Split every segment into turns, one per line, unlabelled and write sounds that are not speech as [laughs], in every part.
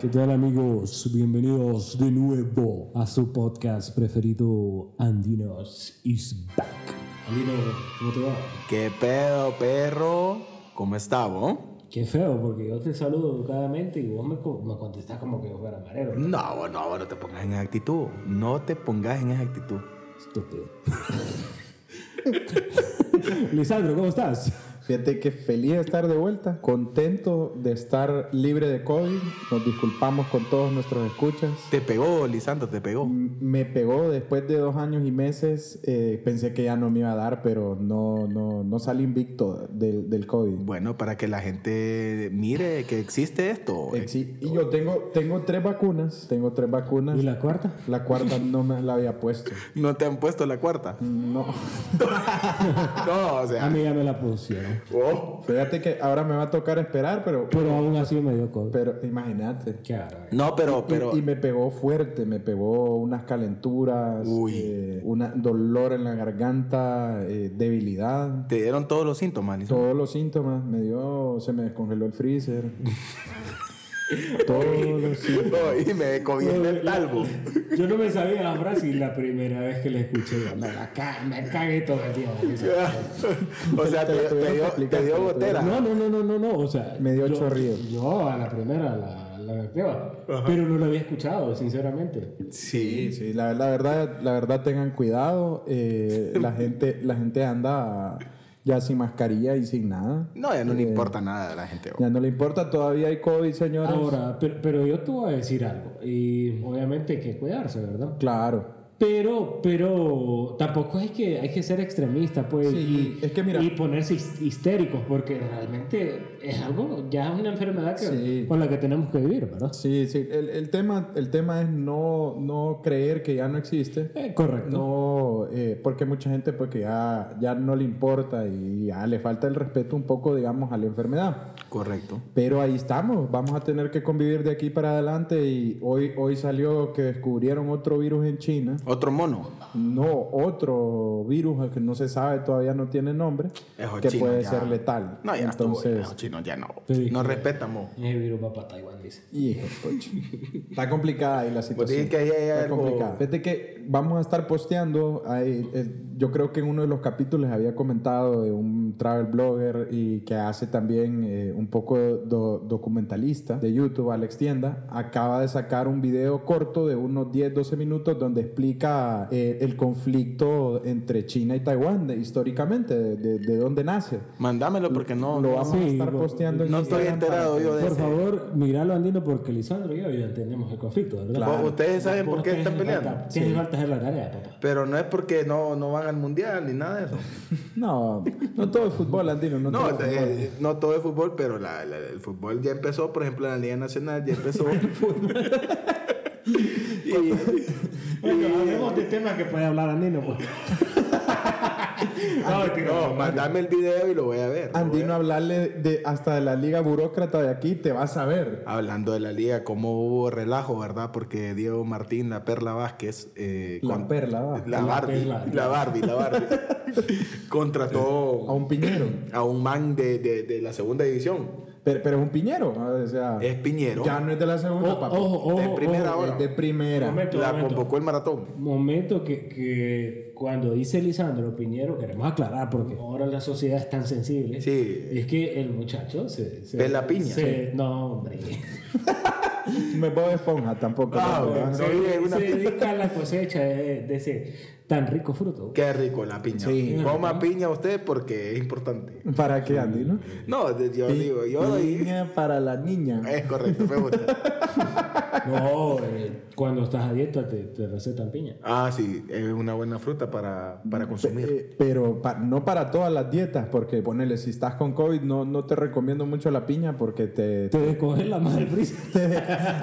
¿Qué tal amigos? Bienvenidos de nuevo a su podcast preferido Andinos is back. Andino, ¿cómo te va?
¿Qué pedo, perro? ¿Cómo está, vos?
Qué feo, porque yo te saludo educadamente y vos me, co- me contestás como que yo fuera marero. ¿no?
No, vos, no, vos, no te pongas en esa actitud. No te pongas en esa actitud.
Estúpido. [laughs] Lisandro, ¿cómo estás?
Fíjate que feliz de estar de vuelta, contento de estar libre de COVID. Nos disculpamos con todos nuestros escuchas.
Te pegó, Lisandro, te pegó.
M- Me pegó después de dos años y meses. eh, pensé que ya no me iba a dar, pero no, no, no salí invicto del, del COVID.
Bueno, para que la gente mire que existe esto. eh,
Exi- Y yo tengo, tengo tres vacunas. Tengo tres vacunas.
¿Y
La...
la cuarta?
cuarta no me la había puesto.
No te han puesto la [laughs] cuarta.
No.
No, o
A
sea.
mí ya me la pusieron,
oh.
Fíjate que ahora me va a tocar esperar, pero,
pero aún así me dio COVID.
pero imagínate.
Qué bárbaro.
No, pero,
Y-
pero.
Y, me pegó fuerte, me pegó unas calenturas,
Uy.
eh, una dolor en la garganta, eh, debilidad,
Te dieron todos los síntomas, Lisandro.
todos los síntomas, me dio, se me descongeló el freezer. todos los síntomas.
[laughs] No, y me cogí en [laughs] el talbo.
Yo no me sabía la frase y la primera vez que la escuché, yo me la ca- me cagué todo el día.
o sea, te,
Te lo tuvieron
te
que
dio,
explicar,
te dio
te lo
gotera.
No, no, no, no, no, no, o sea.
Me dio
yo-
chorrío.
Yo a la primera la, la meteo, pero no la había escuchado, sinceramente.
Sí, sí, la, la verdad, la verdad tengan cuidado, eh, la, gente, la gente anda ya sin mascarilla y sin nada.
No, ya no le importa nada a la gente. vos.
Ya no le importa, todavía hay COVID, señores.
Ahora, pero, pero yo te voy a decir algo, y obviamente hay que cuidarse, ¿verdad?
Claro.
Pero, pero tampoco hay que, hay que ser extremista, pues.
Sí,
y,
es que mira-
y ponerse his- histéricos, porque realmente es algo, ya es una enfermedad que-
Sí.
con la que tenemos que vivir, ¿verdad?
Sí, sí. El, el tema, el tema es no, no creer que ya no existe.
Eh, correcto.
No, eh, porque mucha gente pues que ya, ya no le importa y ya le falta el respeto un poco, digamos, a la enfermedad.
Correcto.
Pero ahí estamos, vamos a tener que convivir de aquí para adelante y hoy, hoy salió que descubrieron otro virus en China.
Otro mono.
No, otro virus que no se sabe, todavía no tiene nombre,
Esos
que
chinos
puede
ya-
ser letal.
No, ya
Entonces,
estuvo, esos chinos ya no.
Te dije.
No respetamos.
Ese virus va para Taiwán, dice.
Hijo, coche. Está complicada ahí la situación.
dices Pues que ahí hay
Está
algo-
complicada. Fíjate que vamos a estar posteando. ahí, eh, yo creo que en uno de los capítulos había comentado de un travel blogger y que hace también eh, un poco do- documentalista de YouTube, Alex Tienda. Acaba de sacar un video corto de unos 10-12 minutos donde explica eh, el conflicto entre China y Taiwán de- históricamente, de, de- de dónde nace.
Mandámelo porque no.
Lo vamos a
Sí,
estar
bo-
posteando en
no estoy
Instagram para
enterado
que-
yo de
Por
ese.
favor, miralo Andino porque Lisandro y yo ya entendemos el conflicto, ¿verdad?
Vos- Ustedes saben por qué están peleando.
Tienes que hacer la tarea, papá.
Pero no es porque no, no van al mundial ni nada de eso.
No, no todo es fútbol, Andino. No,
No,
todo es fútbol.
eh, no todo es fútbol, pero la- la- el fútbol ya empezó. Por ejemplo, la Liga Nacional ya
[laughs]
empezó. [laughs]
Bueno, [laughs] hablemos de temas que puede hablar Andino, [laughs] pues. no, mentira,
no, mandame el video y lo voy a ver. lo voy a-
Andino, hablarle de, hasta de la liga burócrata de aquí, te vas a ver.
Hablando de la liga, cómo hubo relajo, ¿verdad? Porque Diego Martín, la Perla Vázquez, eh,
La Perla Vázquez.
la
La
Barbie,
Perla.
la Barbie, [laughs] la Barbie, contrató
A un piñero.
a un man de, de- de la segunda división.
Pero, pero es un piñero. ¿no? O sea,
Es Piñero.
ya no es de la segunda,
O-
papá.
ojo, ojo,
de primera
ojo.
hora.
Es de primera.
Momento,
la
momento.
convocó el maratón.
Momento que, que cuando dice Lisandro Piñero, queremos aclarar porque ahora la sociedad es tan sensible.
Sí.
Es que el muchacho se. se
Pela piña.
se- no, hombre.
Me puedo esponja tampoco.
Ah,
¿no?
bueno.
se,
oye, una
se
piña.
dedica a la cosecha de, de ese tan rico fruto.
Qué rico la piña.
Sí.
Coma piña usted porque es importante.
¿Para qué, Andino?
No, de- yo digo, yo doy.
Piña para la niña.
Es correcto, me gusta.
No, eh, cuando estás a dieta te, te recetan piña.
Ah, sí, es una buena fruta para, para consumir.
Eh, pero pa- no para todas las dietas, porque ponele, si estás con COVID, no, no te recomiendo mucho la piña porque te,
Te descoges
Este, [laughs]
la madre frisa.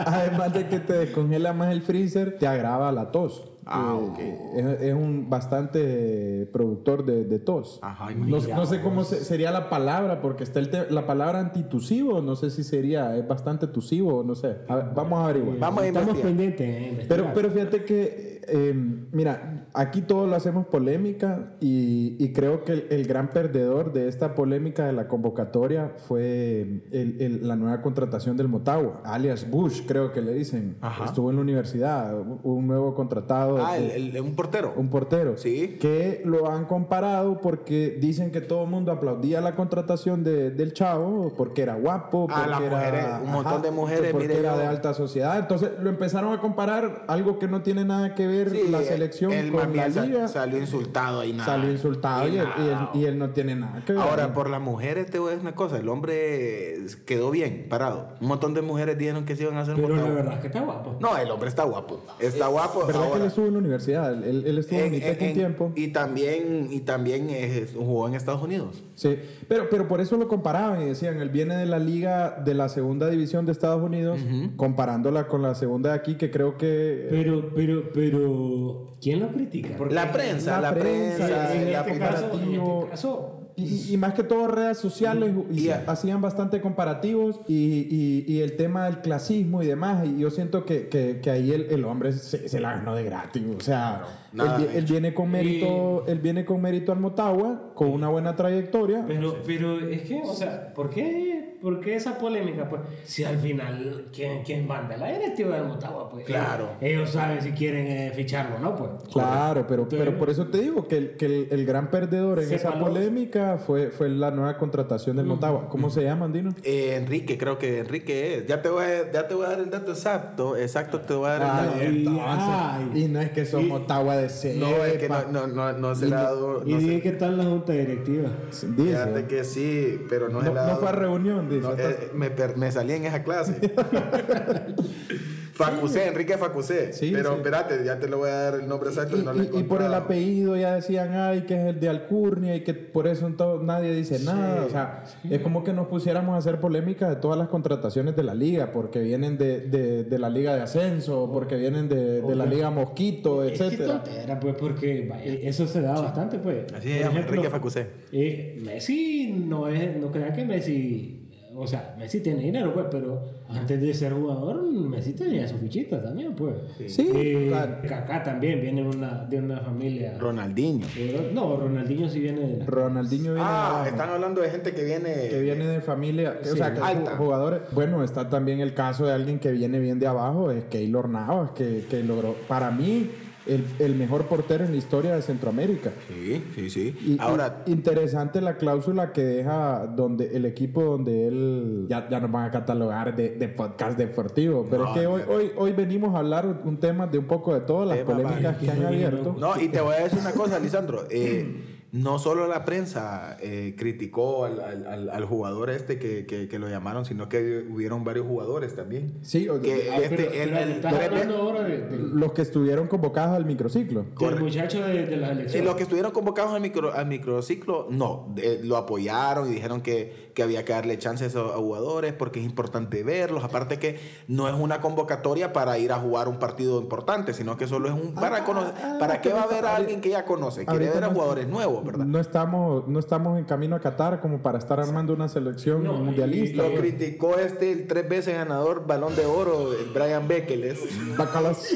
Además de que te descongela más el freezer, te agrava la tos.
Ah,
Eh,
ok.
es, es un bastante productor de, de tos.
Ajá,
No,
imagínate.
no sé cómo se- sería la palabra, porque está el te- la palabra antitusivo, no sé si sería, es bastante tusivo, no sé. A ver, vamos a averiguar.
Vamos a
Estamos
investigar.
pendientes. eh, investigar.
Pero, pero fíjate que, eh, mira, aquí todo lo hacemos polémica y, y creo que el, el gran perdedor de esta polémica de la convocatoria fue el- el- la nueva contratación del Motagua, alias Bush, creo que le dicen.
Ajá.
Estuvo en la universidad, un- un nuevo contratado.
Ah, el- el- un portero.
Un portero.
Sí.
Que lo han comparado porque dicen que todo el mundo aplaudía la contratación de- del chavo porque era guapo.
Ah,
porque
las
era-
mujeres, un montón de
que
mujeres,
Porque
mire,
era
yo-
de alta sociedad. Entonces lo empezaron a comparar algo que no tiene nada que ver
Sí,
la selección
él más
con la
bien sa-
liga.
salió insultado ahí nada.
salió insultado y, él, y él-
nada.
y él no tiene nada que ver.
Ahora, por las mujeres te voy a decir una cosa, el hombre quedó bien parado. Un montón de mujeres dijeron que se iban a hacer
Pero la
votadas.
verdad es que está guapo.
No, el hombre está guapo. Está guapo.
¿Verdad que
ahora.
él estuvo en la universidad? Él, él estuvo en,
En-
Unitec
en-
un tiempo.
Y también, y también eh, jugó en Estados Unidos.
Sí, pero, pero por eso lo comparaban y decían, él viene de la liga de la segunda división de Estados Unidos, comparándola con la segunda de aquí, que creo que... eh,
Pero, pero, pero, ¿quién lo critica? Porque
La prensa, la,
la
prensa,
prensa,
en,
la
este caso, en este
comparativa-
caso,
Y, y- y más que todo redes sociales y
Y-
hacían bastante comparativos y, y- y el tema del clasismo y demás. Y yo siento que, que- que ahí el, el hombre se, se la ganó de gratis. O sea,
nada
él, vi-
de
él
hecho.
viene con mérito, él viene con mérito al Motagua, con una buena trayectoria.
Pero, pero es que, o sea, ¿por qué, por qué esa polémica? Pues, si al final, ¿quién, quién manda? La directiva del Motagua, pues.
Claro.
Ellos, ellos saben si quieren eh, ficharlo o no, pues.
Claro, pero, pero por eso te digo que el, que el, el gran perdedor en
Se
esa
paró.
polémica fue, fue la nueva contratación
Mm.
del Motagua. ¿Cómo se llama, Andino?
Eh, Enrique, creo que Enrique es. Ya te voy a, ya te voy a dar el dato exacto. Exacto, te voy a dar
Ah,
el dato.
y- ay.
y no es que son Motagua de cepa.
No, es que no, no, no, no se le ha dado. No se-
qué tal la junta directiva.
Dice.
fíjate que sí, pero no,
No,
se le ha
no
dado.
fue a reunión, dice.
No, eh, me, per- me salí en esa
[laughs]
clase. Facusé, Enrique Facusé.
Sí,
pero
sí.
espérate, ya te lo voy a dar el nombre exacto.
y,
no lo he
y- y por el
encontrado.
apellido ya decían, ay, que es el de Alcurnia y que por eso entonces nadie dice nada. O sea, es como que nos pusiéramos a hacer polémica de todas las contrataciones de la liga, porque vienen de, de- de la liga de ascenso, porque vienen de, de la liga Mosquito,
Es que
etcétera.
tontera, pues, porque vaya, eso se da bastante, pues.
Así se llama, Enrique Facusé.
eh, Messi no es, no crean que Messi, o sea, Messi tiene dinero, pues, pero antes de ser jugador, Messi tenía su fichita también, pues.
Sí,
Eh,
claro.
Kaká también viene de una, de una familia.
Ronaldinho.
Eh, No, Ronaldinho sí viene de la-
Ronaldinho viene de
Ah,
abajo,
están hablando de gente que viene.
que viene de familia, que- o
Sí,
sea, que ju-
alta.
jugadores. Bueno, está también el caso de alguien que viene bien de abajo, es Keylor Navas, que, que logró, para mí, el, el mejor portero en la historia de Centroamérica.
Sí, sí, sí.
Y-
Ahora,
y- interesante la cláusula que deja donde el equipo donde él ya, ya nos van a catalogar de, de podcast deportivo, pero
No,
es que hoy,
hombre.
hoy, hoy venimos a hablar un tema de un poco de todas las
Tema,
polémicas
vale.
que han
Sí,
abierto.
no, y te voy a decir una cosa, Lisandro. eh, no solo la prensa eh, criticó al, al- al- al jugador este que, que- que lo llamaron, sino que hubieron varios jugadores también.
Sí, o-
Que
Ah,
este,
pero-
el-
pero
el-
estás
Pepe-
hablando ahora de- de-
los que estuvieron convocados al microciclo.
del muchacho de, de la
Sí,
selección.
los que estuvieron convocados al, micro, al microciclo, no, de- lo apoyaron y dijeron que, que había que darle chances a a jugadores porque es importante verlos. Aparte que no es una convocatoria para ir a jugar un partido importante, sino que solo es un para conocer.
ah,
¿Para qué va a
ahorita-
ver a alguien que ya conoce? Quiere
ahorita
ver a
no-
jugadores nuevos, ¿verdad?
No estamos, no estamos en camino a Qatar como para estar armando una selección
No, y-
mundialista.
Lo criticó este, el tres veces ganador Balón de Oro, el Brian Bekeles. [laughs]
Bacalas.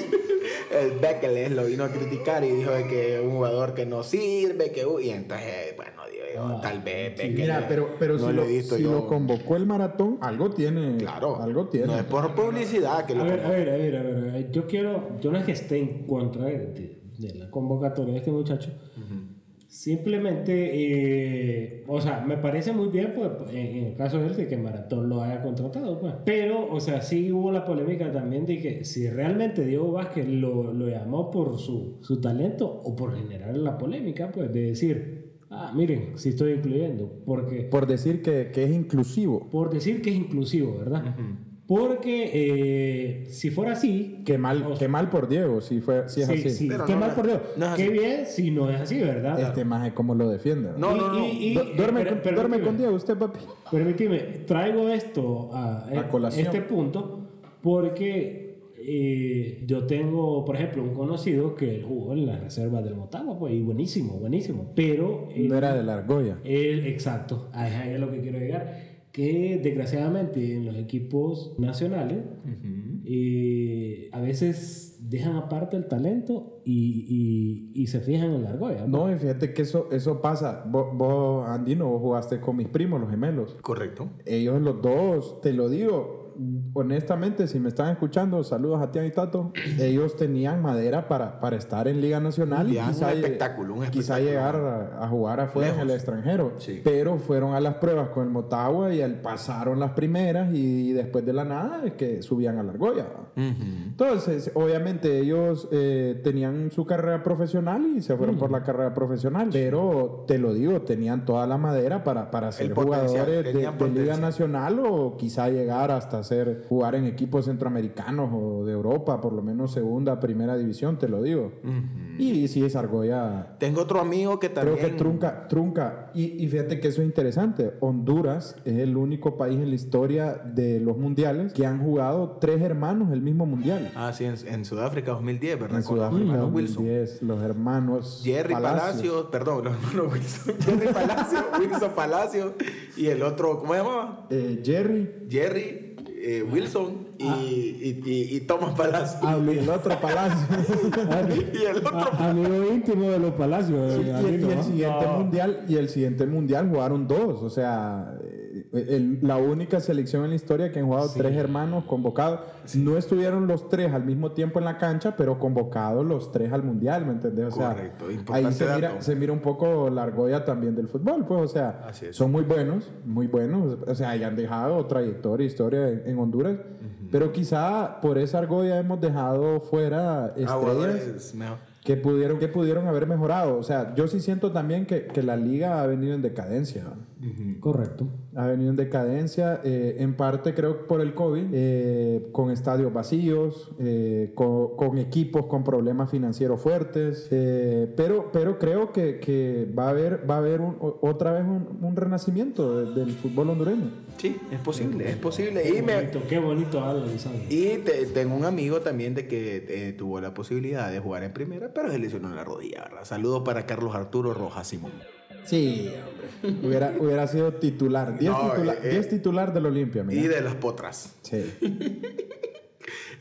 El Bekeles lo vino a criticar y dijo de que es un jugador que no sirve, que... uy, Y entonces, eh, bueno, digo yo, tal vez Bekeles
Ah, Mira, pero, pero
no
si,
lo
lo,
he visto
si
yo.
lo convocó el maratón, algo tiene.
Claro.
Algo tiene.
No es por publicidad que
A
lo
ver, a
conozco.
ver, a ver, a ver, a ver, Yo quiero, yo no es que esté en contra de, de- de la convocatoria de este muchacho. Simplemente, eh, o sea, me parece muy bien, pues, en, en el caso del de que Maratón lo haya contratado, pues. Pero, o sea, sí hubo la polémica también de que si realmente Diego Vázquez lo, lo llamó por su, su talento o por generar la polémica, pues, de decir, ah, miren, sí estoy incluyendo, porque
Por decir que, que es inclusivo.
por decir que es inclusivo, ¿verdad? Porque eh, si fuera así,
Qué mal, qué mal por Diego, si, fue, si es
sí,
así.
sí,
Pero
qué
no,
mal
no,
por Dios,
no es así.
qué bien si no es así, ¿verdad?
Este maje, ¿cómo lo defiende?
No, no, no.
Y- y-
Du- duerme,
per-
con, duerme
permíteme,
con Diego, usted, papi.
Permíteme, traigo esto a,
A colación.
este punto porque eh, yo tengo, por ejemplo, un conocido que él jugó en las reservas del Motagua, pues, y buenísimo, buenísimo. Pero. eh, él-
No era de la argolla.
él- exacto, ahí ahí es lo que quiero llegar. Que desgraciadamente en los equipos nacionales eh, a veces dejan aparte el talento y, y- y se fijan en la argolla. [laughs] pues.
No, y fíjate que eso, eso pasa. Vos, vos, Andino, vos jugaste con mis primos, los gemelos.
Correcto.
Ellos los dos, te lo digo, honestamente, si me están escuchando, saludos a Tian y Tato. [clears throat] Ellos tenían madera para, para estar en Liga Nacional.
Ya, un espectáculo, un
quizá
espectáculo.
llegar a, a jugar afuera en el
Lejos.
extranjero.
Sí.
Pero fueron a las pruebas con el Motagua y al- pasaron las primeras y, después de la nada es que subían a la argolla. Entonces, obviamente ellos eh, tenían su carrera profesional y se fueron
Mm.
por la carrera profesional, pero te lo digo, tenían toda la madera para, para ser
potencial,
jugadores de,
tenían
de Liga
potencial.
Nacional o quizá llegar hasta ser, jugar en equipos centroamericanos o de Europa, por lo menos segunda, primera división, te lo digo. Y sí, es argolla.
Tengo otro amigo que Mm. también.
Creo que trunca, trunca. Y, y fíjate que eso es interesante. Honduras es el único país en la historia de los mundiales que han jugado tres hermanos el mismo mundial.
Ah, sí, en, en Sudáfrica 2010, ¿verdad?
En
Con los
Sudáfrica,
hermanos
2010, los hermanos
Jerry Palacios, perdón, los hermanos Wilson. Jerry
[laughs]
Palacios, Wilson Palacios y el otro, ¿cómo se llamaba?
Eh, Jerry
Jerry, eh, Wilson y,
Ah.
y, y- y Thomas Palacios.
y el otro Palacio.
[laughs] Y el otro.
A- amigo íntimo de los palacios. eh,
Y
de
el,
Galindo,
y el
¿no?
siguiente
Ah.
mundial y el siguiente mundial jugaron dos o sea eh, el- la única selección en la historia que han jugado tres hermanos convocados no estuvieron los tres al mismo tiempo en la cancha pero convocados los tres al mundial ¿me entendés? o sea
Correcto,
ahí
importante
se mira,
dato.
se mira un poco la argolla también del fútbol pues o sea
Así es.
son muy buenos muy buenos o sea y han dejado trayectoria historia en, en Honduras pero quizá por esa argolla hemos dejado fuera estrellas
Ah, bueno, es mejor.
que pudieron, que pudieron haber mejorado. O sea, yo sí siento también que, que la liga ha venido en decadencia.
Correcto.
Ha venido en decadencia, eh, en parte creo que por el COVID, eh, con estadios vacíos, eh, co- con, equipos con problemas financieros fuertes, eh, pero, pero creo que, que va a haber, va a haber un- o- otra vez un, un renacimiento de- del fútbol hondureño.
Sí, es posible, es posible. Y
Qué
me,
bonito, qué bonito habla Lisandro.
Y te- tengo un amigo también de que eh, tuvo la posibilidad de jugar en primera, pero se lesionó la rodilla, ¿verdad? Saludos para Carlos Arturo Rojas Simón.
Sí, Hubiera, hubiera sido titular, 10
No,
titula-
eh, eh.
10 titular del Olimpia, mira.
Y de las potras.
Sí.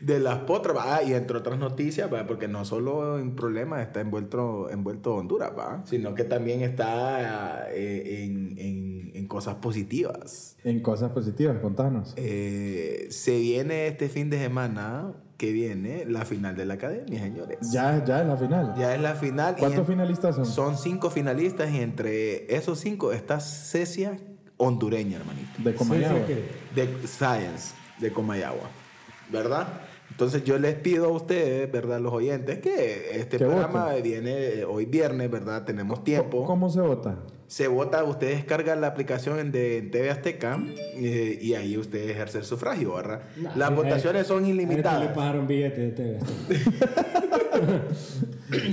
De las potras, va. Ah, y entre otras noticias, va, porque no solo en problemas está envuelto, envuelto Honduras, va, sino que también está eh, en, en- en cosas positivas.
En cosas positivas, contanos.
Eh, se viene este fin de semana que viene la final de la academia, señores.
Ya, ya es la final.
Ya es la final. y
¿Cuántos
en-
finalistas son?
Son cinco finalistas y entre esos cinco está Cecia hondureña, hermanito.
De Comayagua.
Sí, sí, que-
De Science, de Comayagua. ¿Verdad? Entonces yo les pido a ustedes, ¿verdad? Los oyentes, que este
Que
programa
voten.
viene eh, hoy viernes, ¿verdad? Tenemos tiempo.
¿Cómo, cómo se vota?
Se vota, usted descarga la aplicación de TV Azteca eh, y ahí usted ejerce el sufragio, ¿verdad?
Nah,
Las
Eh,
ahí-
votaciones son
ahí- ahí
ilimitadas.
Le pagaron billetes de TV.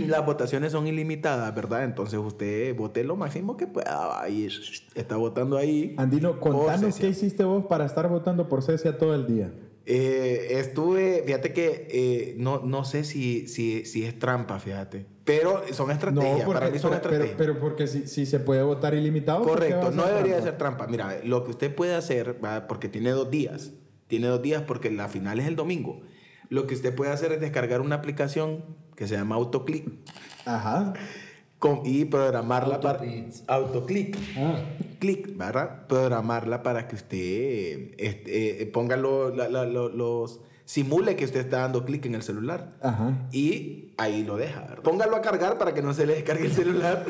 las votaciones son ilimitadas, ¿verdad? Entonces usted vote lo máximo que pueda. va, Y está votando ahí.
Andino,
Por
contanos
Cecia.
qué hiciste vos para estar votando por Cecia todo el día.
Eh, estuve, fíjate que eh, no, no sé si, si, si es trampa, fíjate. Pero son estrategias, para mí son
pero, pero,
estrategias.
pero porque si, si se puede votar ilimitado. ¿por qué va
Correcto,
a
no debería
trampa?
ser trampa. Mira, lo que usted puede hacer, ¿va? porque tiene dos días, tiene dos días porque la final es el domingo. Lo que usted puede hacer es descargar una aplicación que se llama Autoclick
Ajá.
con- y programarla para
Autoclick.
Autoclick.
Ah,
clic, ¿verdad? Programarla para que usted eh, este, eh, ponga lo- la- la- lo- los... Simule que usted está dando clic en el celular.
Ajá.
Y ahí lo deja. ¿verdad? Póngalo a cargar para que no se le descargue el
[laughs]
celular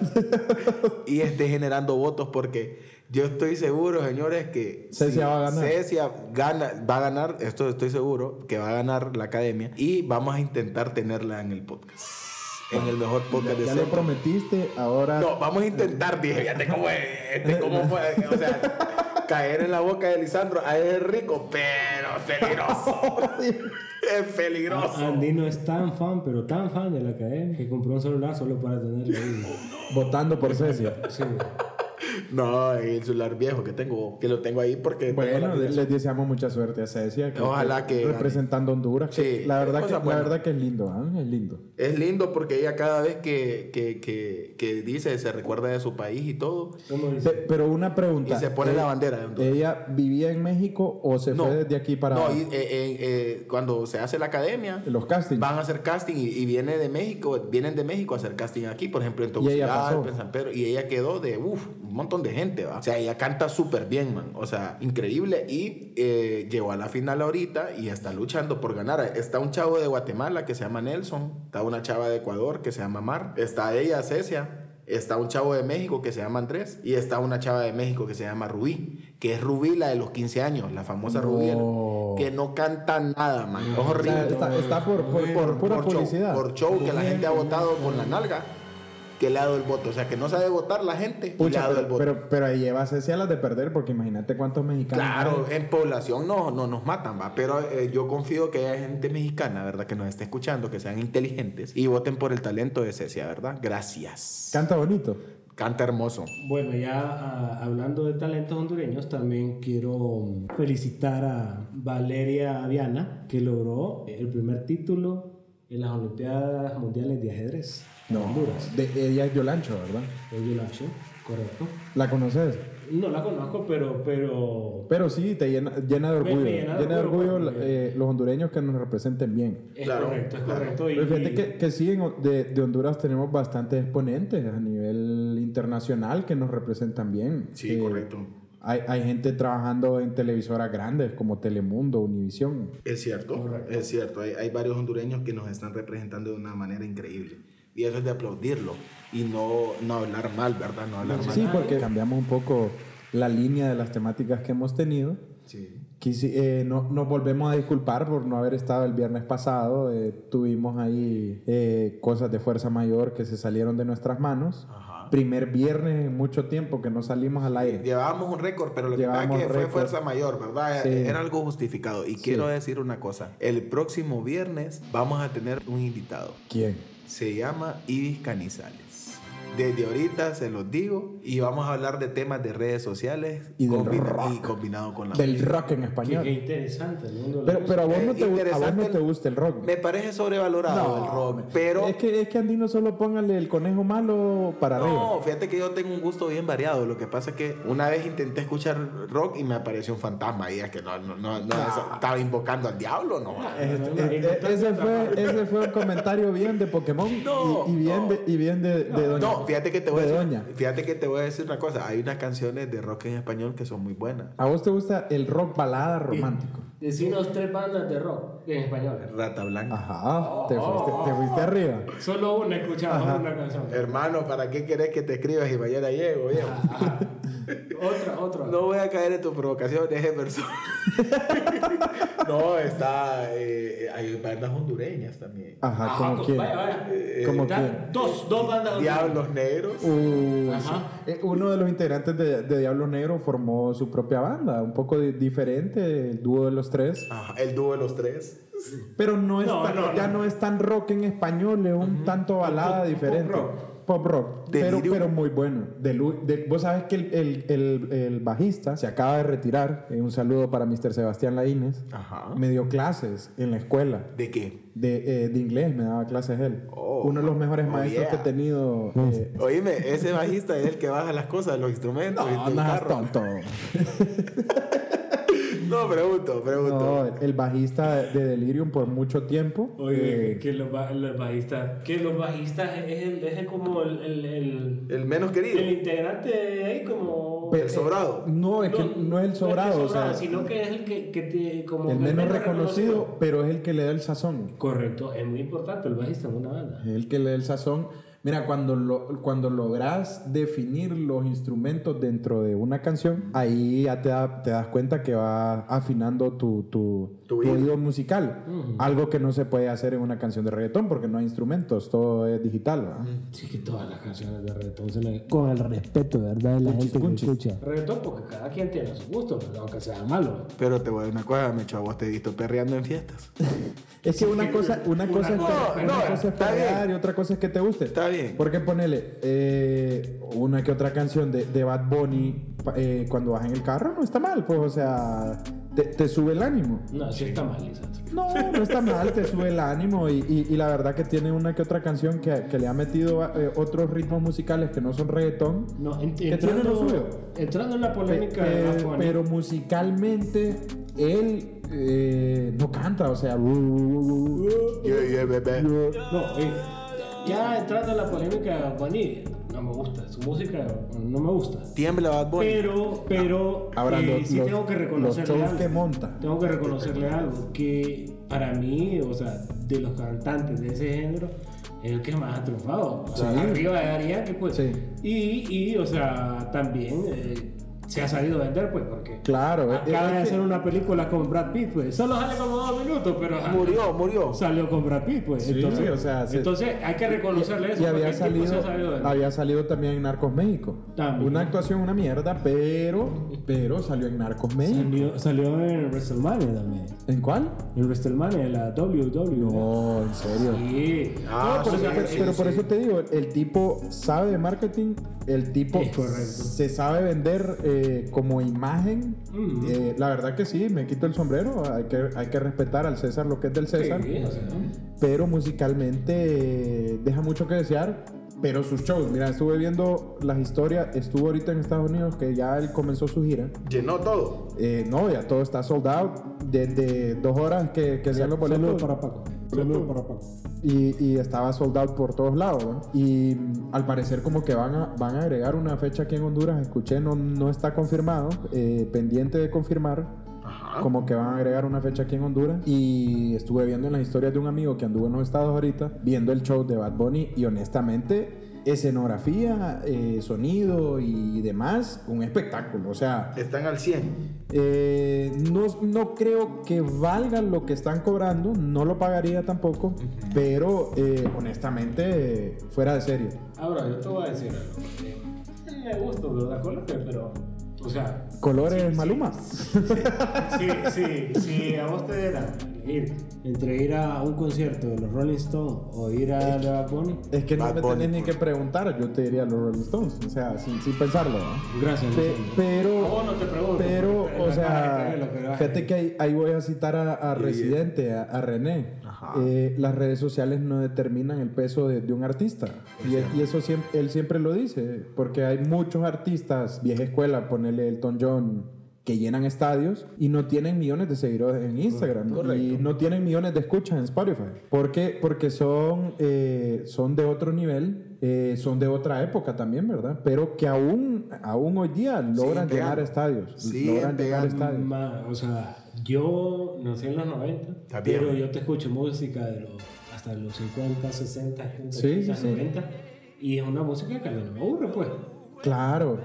y esté generando votos porque yo estoy seguro, señores, que
Cecia va a ganar.
Cecia gana, va a ganar, esto estoy seguro, que va a ganar la academia y vamos a intentar tenerla en el podcast. En el mejor podcast de
Ya lo
Cecia.
prometiste, ahora.
No, vamos a intentar, dije, fíjate cómo es, este cómo fue, o sea, caer en la boca de Lisandro, ah, es rico, pero es
[laughs]
peligroso. es peligroso.
Ah,
Andino es tan fan, pero tan fan de la academia que compró un celular solo para tenerlo ahí.
[laughs]
Votando por Cecia.
Sí.
No, el celular viejo que tengo, que lo tengo ahí porque... tengo la
Bueno,
aplicación.
les deseamos mucha suerte a Cecia.
Ojalá que gane.
Representando a Honduras. que
Sí,
la, verdad
cosa
que,
buena.
la verdad que es lindo, ¿ah? es lindo.
Es lindo porque ella cada vez que, que, que, que dice, se recuerda de su país y todo,
¿Cómo dice?
Pe- Pero una
y
pregunta.
se pone
¿eh,
la bandera de Honduras.
¿Ella vivía en México o se fue desde aquí para
No, y, eh, eh, eh, cuando se hace la academia,
los castings?
van a hacer casting y, y viene de México, vienen de México a hacer casting aquí, por ejemplo, en
Y ella
Tegucigalpa,
pasó.
en San Pedro, y ella quedó de, uff, un montón de gente, va. O sea, ella canta súper bien, man, o sea, increíble, y eh, llegó a la final ahorita y está luchando por ganar. Está un chavo de Guatemala que se llama Nelson, está una chava de Ecuador que se llama Mar, está ella, Cecia. Está un chavo de México que se llama Andrés y está una chava de México que se llama Rubí, que es Rubí la de los 15 años, la famosa
No.
Rubí, que no canta nada, man. Es
O sea,
horrible.
está, está por, por- por pura
Por show,
publicidad.
por show, que la gente ha votado con la nalga, que le ha dado el voto. O sea, que no sabe votar la gente, y le
Pucha,
ha dado el
pero,
voto.
pero, pero ahí lleva a Cecia las de perder porque imagínate cuántos mexicanos.
claro,
hay.
en población no, no nos matan, va. Pero eh, yo confío que haya gente mexicana, ¿verdad? Que nos esté escuchando, que sean inteligentes y voten por el talento de Cecia, ¿verdad? Gracias.
Canta bonito.
Canta hermoso.
Bueno, ya ah, hablando de talentos hondureños, también quiero mm, felicitar a Valeria Viana, que logró el primer título en las Olimpiadas Mundiales de Ajedrez en Honduras.
De, ella es Yolancho, ¿verdad?
Es Yolacho, correcto.
¿La conoces?
No la conozco, pero, pero
Pero sí, te llena, llena de
Me- me
orgullo.
llena de
llena de
orgullo,
orgullo
porque-
eh, los hondureños que nos representen bien.
es
Claro,
correcto, es
claro.
correcto. Y,
Pero fíjate que, que sí, en- de, de Honduras tenemos bastantes exponentes a nivel internacional que nos representan bien. Eh, Hay, hay gente trabajando en televisoras grandes como Telemundo, Univisión.
Es cierto,
Correcto.
es cierto. Hay, hay varios hondureños que nos están representando de una manera increíble. Y eso es de aplaudirlo y no, no hablar mal, ¿verdad? No hablar mal.
Sí, porque cambiamos un poco la línea de las temáticas que hemos tenido.
Sí.
Quisi- eh, no, nos volvemos a disculpar por no haber estado el viernes pasado. eh, tuvimos ahí eh, cosas de fuerza mayor que se salieron de nuestras manos.
Ajá.
Primer viernes en mucho tiempo que no salimos al aire.
Llevábamos un récord, pero lo que pasa es
Llevábamos
que fue
récord.
fuerza mayor, ¿verdad?
Sí.
Era algo justificado. Y quiero decir una cosa. El próximo viernes vamos a tener un invitado.
¿Quién?
Se llama Ibis Canizales. Desde ahorita se los digo y vamos a hablar de temas de redes sociales
Y del
combina-
rock.
y combinado con la
Del rock en
que- que
español.
interesante el mundo de la
Pero, pero a, vos
Eh,
no te, gu- a vos
interesante
no te
el-
gusta el rock.
Me parece sobrevalorado el rock, pero
Es que, es que Andino solo póngale el conejo malo para
no,
arriba.
fíjate que yo tengo un gusto bien variado. Lo que pasa es que una vez intenté escuchar rock y me apareció un fantasma y es que no, no, no, no, eso- estaba invocando al diablo, no.
Este-
No, no,
eh,
no,
eh,
no,
ese,
no,
fue,
no.
ese fue un comentario bien de Pokémon
No,
y, y bien
no.
de, y bien de, de Doña.
No, fíjate que te voy a
de
decir,
Doña.
fíjate que te voy a decir una cosa. Hay unas canciones de rock en español que son muy buenas.
¿A vos te gusta el rock balada romántico?
Decinos tres bandas de rock en español.
Rata
Ah.
Blanca.
Ajá,
Oh.
te fuiste, te fuiste arriba.
Solo una escuchaba una canción.
Hermano, ¿para qué querés que te escribas y mañana llego, viejo?
Ah.
Ajá.
Eh,
Otra, otra.
eh, No voy a caer en tus provocaciones, Emerson.
[laughs]
no, está. eh, hay bandas hondureñas también.
Ajá, Eh,
Ajá,
como
pues,
que.
vaya, vaya.
Como
Da-
que.
Dos, dos bandas.
Diablos Negros.
Uh. Uy,
Ajá.
sí. Eh, Uno de los integrantes de, de Diablo Negro formó su propia banda, un poco di- diferente, el dúo de los tres.
Ajá, el dúo de los tres.
Pero no es
No,
tan-
no,
ya
no.
no. es tan rock en español, es un tanto balada
pop-
diferente.
pop rock.
Pop rock, pero,
Delirium.
pero muy bueno. De lu- de- vos sabés que el, el- el- el bajista se acaba de retirar. Eh, un saludo para Mr. Sebastián Laínez.
Ajá.
Me dio clases en la escuela.
¿De qué?
de, eh, de inglés me daba clases él.
Oh.
Uno de los mejores
Oh, yeah.
maestros que he tenido. eh,
Oíme, ese bajista es el que baja las cosas, los instrumentos.
no,
del
no seas
carro.
tonto.
No, pregunto, pregunto.
No, el bajista de, de Delirium por mucho tiempo.
Oye,
eh,
que los, ba- los bajistas. Que los bajistas es, el, es el como el, el, el-
El menos
el
Eh,
querido.
integrante de ahí, como.
pe-
El sobrado.
no, es que no es el sobrado,
no es que
o sea,
sobrado, sino que es el que, que te- como
el menos reconocido, pero es el que le da el sazón.
Correcto, es muy importante el bajista en una banda.
Es el que le da el sazón. Mira, cuando, lo, cuando logras definir los instrumentos dentro de una canción, ahí ya te, da- te das cuenta que va afinando tu, tu,
Tu
tu
oído.
oído musical. Algo que no se puede hacer en una canción de reggaetón porque no hay instrumentos, todo es digital. ¿verdad?
Sí, que todas las canciones de reggaetón se le- Con el respeto, ¿verdad? De la gente
punchis.
que escucha. Reggaetón, porque cada quien tiene su gusto, ¿verdad? aunque sea malo.
Pero te voy a decir una cosa, me chavo, te he visto perreando en fiestas.
Es que una cosa, una cosa, es,
cosa-
pe-
no,
una cosa es
está
perrear
bien.
y otra cosa es que te guste.
Está bien.
Porque ponele eh, una que otra canción de, de Bad Bunny pa- eh, cuando vas en el carro no está mal, pues, o sea, te, te sube el ánimo.
No, sí está mal, Lisandro.
No, no está mal, te sube el ánimo y, y- y la verdad que tiene una que otra canción que, que le ha metido eh, otros ritmos musicales que no son reggaetón.
No, ent-
Que tiene lo suyo.
entrando, entrando en la
Pe-
polémica ¿eh? de
pe-
Bad Bunny,
pero musicalmente él eh, no canta, o sea, uh, no,
Yeah, yeah, bebé.
uh,
No, eh, ya entrando en la polémica de Bad Bunny, no me gusta. Su música no me gusta.
Tiembla Bad Bunny.
Pero, pero,
Ahora,
eh,
los-
sí
los-
tengo que
los
reconocerle
shows
algo.
que monta.
Tengo que reconocerle algo. Que para mí, o sea, de los cantantes de ese género, es el que más ha triunfado. O sea,
Sí.
Arriba de Ari Yankee, pues.
Sí.
Y, y, o sea, también eh, se ha sabido vender, pues, porque.
claro, eh,
Acaba
eh,
de
es que-
hacer una película con Brad Pitt, pues. Solo sale como dos minutos, pero ajá,
Murió, murió.
salió con Brad Pitt, pues.
Sí,
entonces,
o sea, se-
entonces hay que reconocerle eso.
y
porque
había
el tipo se
salido,
ha sabido vender.
había salido también en Narcos México.
También.
Una actuación, una mierda, pero, pero salió en Narcos México.
Salió, salió en WrestleMania también.
¿En cuál?
En WrestleMania, la WWE.
No, en serio.
Sí.
Ah,
No,
Por
o
eso-
sea,
pero
sí,
pero por
sí.
eso te digo, el tipo sabe de marketing, el tipo
Es correcto.
se sabe vender eh, como imagen.
Ujú.
Eh, la verdad que sí, me quito el sombrero, hay que, hay que respetar al César lo que es del César,
o sea,
pero musicalmente eh, deja mucho que desear. Pero sus shows, mira, estuve viendo las historias, estuvo ahorita en Estados Unidos que ya él comenzó su gira.
Llenó todo.
Eh, no, ya todo está sold out desde dos horas que, que sean los
Saludos
boletos.
para Paco. Saludos para Paco.
y, y estaba sold out por todos lados. ¿no? Y mm, al parecer como que van a, van a agregar una fecha aquí en Honduras, escuché, no, no está confirmado, eh, pendiente de confirmar.
Ajá.
Como que van a agregar una fecha aquí en Honduras. Y estuve viendo en las historias de un amigo que anduvo en los estados ahorita, viendo el show de Bad Bunny. Y honestamente, escenografía, eh, sonido y demás, un espectáculo. O sea,
Están al 100.
eh, no, no creo que valga lo que están cobrando, no lo pagaría tampoco, pero eh, honestamente, eh, fuera de serie.
Ahora, yo te voy a decir algo. porque Me gusta, ¿verdad? Colombia, pero. O sea,
Colores Maluma.
sí, sí, sí, a vos te dieran ir entre ir a un concierto de los Rolling Stones o ir a la Bad Bunny.
Es que no
Bad
me
Bunny,
tenés ni
por-
que preguntar, yo te diría los Rolling Stones, o sea, sin, sin pensarlo. ¿no?
Gracias,
Pe-
Luciano.
pero,
A vos no te pregunto,
pero,
porque
o
la cara
sea,
que lo que va a
fíjate
hacer.
que ahí, ahí voy a citar a, a
Sí.
Residente, a, a René.
Ajá.
Eh, las redes sociales no determinan el peso de, de un artista. Y, y eso siempre, él siempre lo dice, porque hay muchos artistas, vieja escuela, ponele Elton John, que llenan estadios y no tienen millones de seguidores en Instagram y no tienen millones de escuchas en Spotify. ¿Por qué? Porque son, eh, son de otro nivel, eh, son de otra época también, ¿verdad? Pero que aún, aún hoy día logran
pegando.
llenar estadios.
Siguen
logran llenar
pegando.
estadios.
Ma- o sea, yo nací en los 90,
Está bien.
pero yo te escucho música de los, hasta los 50, 60, 70,
Sí, sí, sí.
90, y es una música que a mí no me aburre, pues.
Claro.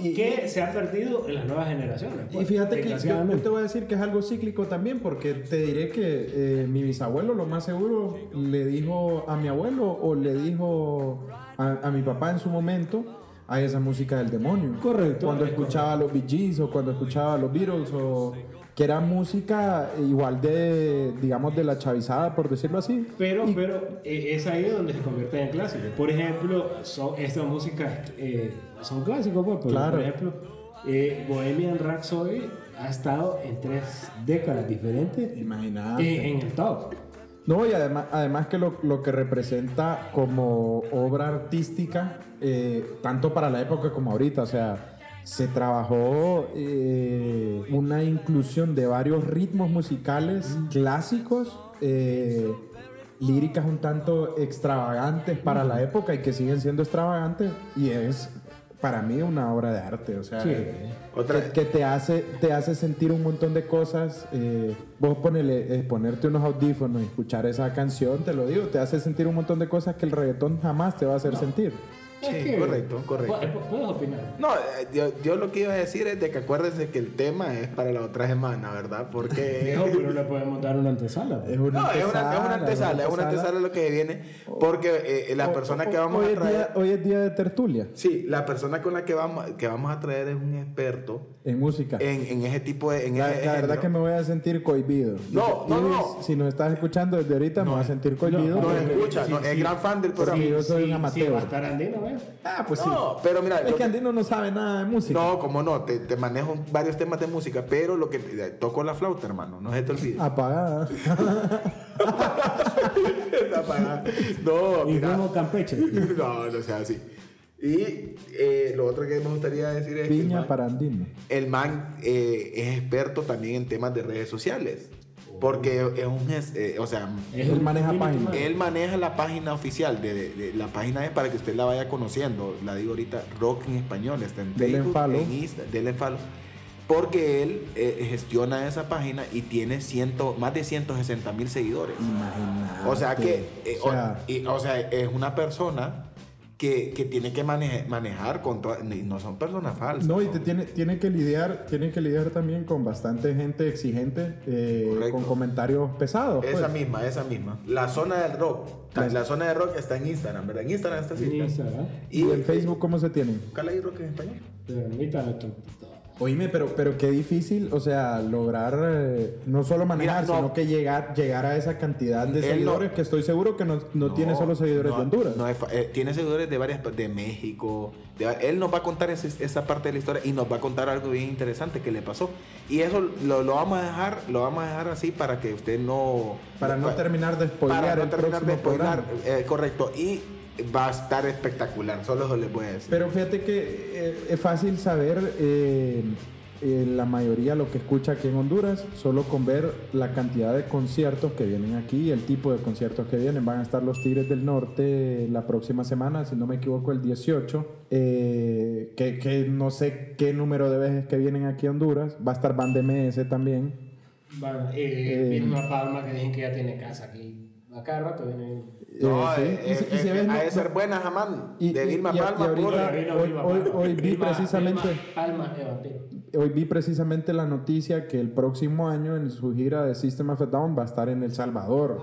Y-
que se ha perdido en las nuevas generaciones.
Y
pues,
fíjate que yo,
desgraciadamente.
yo te voy a decir que es algo cíclico también, porque te diré que eh, mi bisabuelo, lo más seguro, le dijo a mi abuelo o le dijo a, a mi papá en su momento a esa música del demonio.
Correcto.
Cuando
Es
escuchaba los Bee Gees o cuando escuchaba los Beatles o que era música igual de, digamos, de la chavizada, por decirlo así.
Pero, pero eh, es ahí donde se convierte en clásico. Por ejemplo, son, estas músicas eh, son clásicos, pues, pero,
Claro.
por ejemplo, eh, Bohemian Rhapsody ha estado en tres décadas diferentes eh,
Imagínate.
en el top.
No, y además, además que lo, lo que representa como obra artística, eh, tanto para la época como ahorita, o sea, se trabajó eh, una inclusión de varios ritmos musicales clásicos, eh, líricas un tanto extravagantes para la época y que siguen siendo extravagantes, y es para mí una obra de arte, o sea,
Sí.
eh,
Otra.
que, que te hace te hace sentir un montón de cosas eh, vos ponele, eh, ponerte unos audífonos y escuchar esa canción te lo digo te hace sentir un montón de cosas que el reggaetón jamás te va a hacer sentir
Es
Sí,
que-
correcto, correcto.
Pu- Puedes opinar.
No, eh, yo, yo lo que iba a decir es de que acuérdense que el tema es para la otra semana, ¿verdad?
[laughs]
Porque [laughs]
Viejo, pero le podemos dar una antesala. pues.
No, es una, es una antesala, es una antesala lo que viene, porque eh, eh, la
Hoy-
persona
hoy-
que vamos
hoy
a
es día-
traer,
hoy es día de tertulia
sí, la persona con la que vamos, que vamos a traer es un experto
en música.
en, en ese tipo de, en
La,
ese
la verdad
género.
que me voy a sentir cohibido.
eh, No, no, no.
Si nos estás escuchando desde ahorita, me voy a sentir
no,
cohibido.
nos
no,
porque-
escucha,
Sí,
no, es
sí.
gran fan del programa.
Sí, yo
Sí,
soy un
Sí, va a
amateur.
estar andino, ¿ves?
ah, pues sí.
no, pero mira,
es
lo
que
que-
Andino no sabe nada de música.
no, como no, te, te manejo varios temas de música, pero lo que eh, toco la flauta, hermano, no se te olvide. [laughs]
Ah. Apagada.
no,
Y
mira.
como
[laughs]
Campeche.
[laughs] No, no sea así. Y eh, lo otro que me gustaría decir es que el
Piña
man-
para Andino.
el man eh, es experto también en temas de redes sociales. Porque es un, es- eh, o sea,
Es
Él
un
maneja
espíritu
páginas.
humano.
él maneja la página oficial, de, de- de- la página es para que usted la vaya conociendo, la digo ahorita, Rock en Español, está en
Denle
Facebook,
follow.
en Insta, denle follow. Porque él eh, gestiona esa página y tiene ciento, más de 160 mil seguidores.
Imagínate.
O sea que, eh, o,
Ah, o sea,
y- o sea, es una persona que, que tiene que mane- manejar con todas, y no son personas falsas.
No, y
son-
te tiene, tiene que lidiar, tiene que lidiar también con bastante gente exigente, eh,
Correcto.
con comentarios pesados.
Esa
pues.
misma, esa misma. La zona del rock. La, la zona del rock está en Instagram, ¿verdad? En Instagram está así.
Sí, esa, ¿verdad?
¿Y en Facebook cómo se tienen?
Búscala ahí, rock en español.
Pero ahorita no está-
Oíme, pero, pero qué difícil, o sea, lograr eh, no solo manejar,
Mira, no.
sino que llegar, llegar a esa cantidad de
Él no-
seguidores que estoy seguro que no, no tiene solo seguidores
no,
de Honduras.
no es fa- eh, tiene seguidores de varias pa- de México. de va- él nos va a contar ese- esa parte de la historia y nos va a contar algo bien interesante que le pasó. Y eso lo, lo vamos a dejar, lo vamos a dejar así para que usted no
para no
pa-
terminar de spoilear
pues, para no
el
terminar de
próximo
spoilar,
programa.
eh, correcto. Y va a estar espectacular, solo eso les voy a decir.
Pero fíjate que eh, es fácil saber eh, eh, la mayoría lo que escucha aquí en Honduras, solo con ver la cantidad de conciertos que vienen aquí, el tipo de conciertos que vienen. Van a estar los Tigres del Norte la próxima semana, si no me equivoco, el 18, eh, que, que no sé qué número de veces que vienen aquí a Honduras. Va a estar Band MS también.
Bueno, eh,
Eh,
viene una palma que dicen que ya tiene casa aquí. A cada rato viene.
no,
Eh, sí.
eh,
Y si-
eh,
y si
eh,
ves, no-
ha de ser buena, Jamán.
Y-
De
y-
Vilma
y a-
Palma,
y ahorita-
pura.
Hoy,
hoy- hoy- hoy vi precisamente-
Palma es vampiro.
Hoy vi precisamente la noticia que el próximo año en su gira de System of a Down va a estar en El Salvador.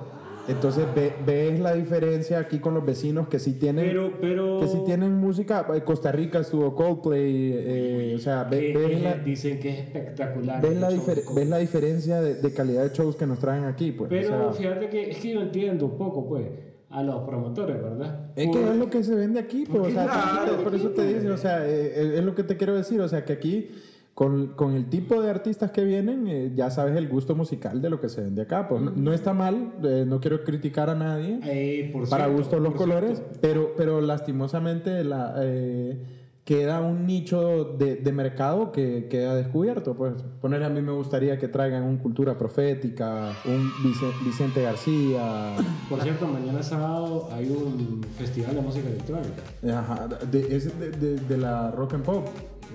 Entonces ve- ves la diferencia aquí con los vecinos que sí tienen
Pero, pero.
que sí tienen música. Eh, Costa Rica estuvo Coldplay, eh, o sea, ve-
que-
ves,
que
la,
dicen que es espectacular.
ves la
el show de
difer-
Coco.
ves la diferencia de, de calidad de shows que nos traen aquí, pues. o
Pero
sea,
fíjate que es que yo entiendo un poco, pues, a los promotores, ¿verdad?
es que es lo que se vende aquí, pues, o sea,
Claro,
por eso te- por eso te dicen, o sea, eh, eh, es lo que te quiero decir, o sea, que aquí con, con el tipo de artistas que vienen, eh, ya sabes el gusto musical de lo que se vende acá, pues no, no está mal, eh, no quiero criticar a nadie,
Eh, por
para
cierto,
gustos los
por
colores,
cierto,
pero, pero lastimosamente la, eh, queda un nicho de, de mercado que queda descubierto. Pues poner a mí me gustaría que traigan un Cultura Profética, un Vice- Vicente García.
Por cierto, mañana sábado hay un festival de música electrónica.
Ajá, de, es de, de- de la rock and pop,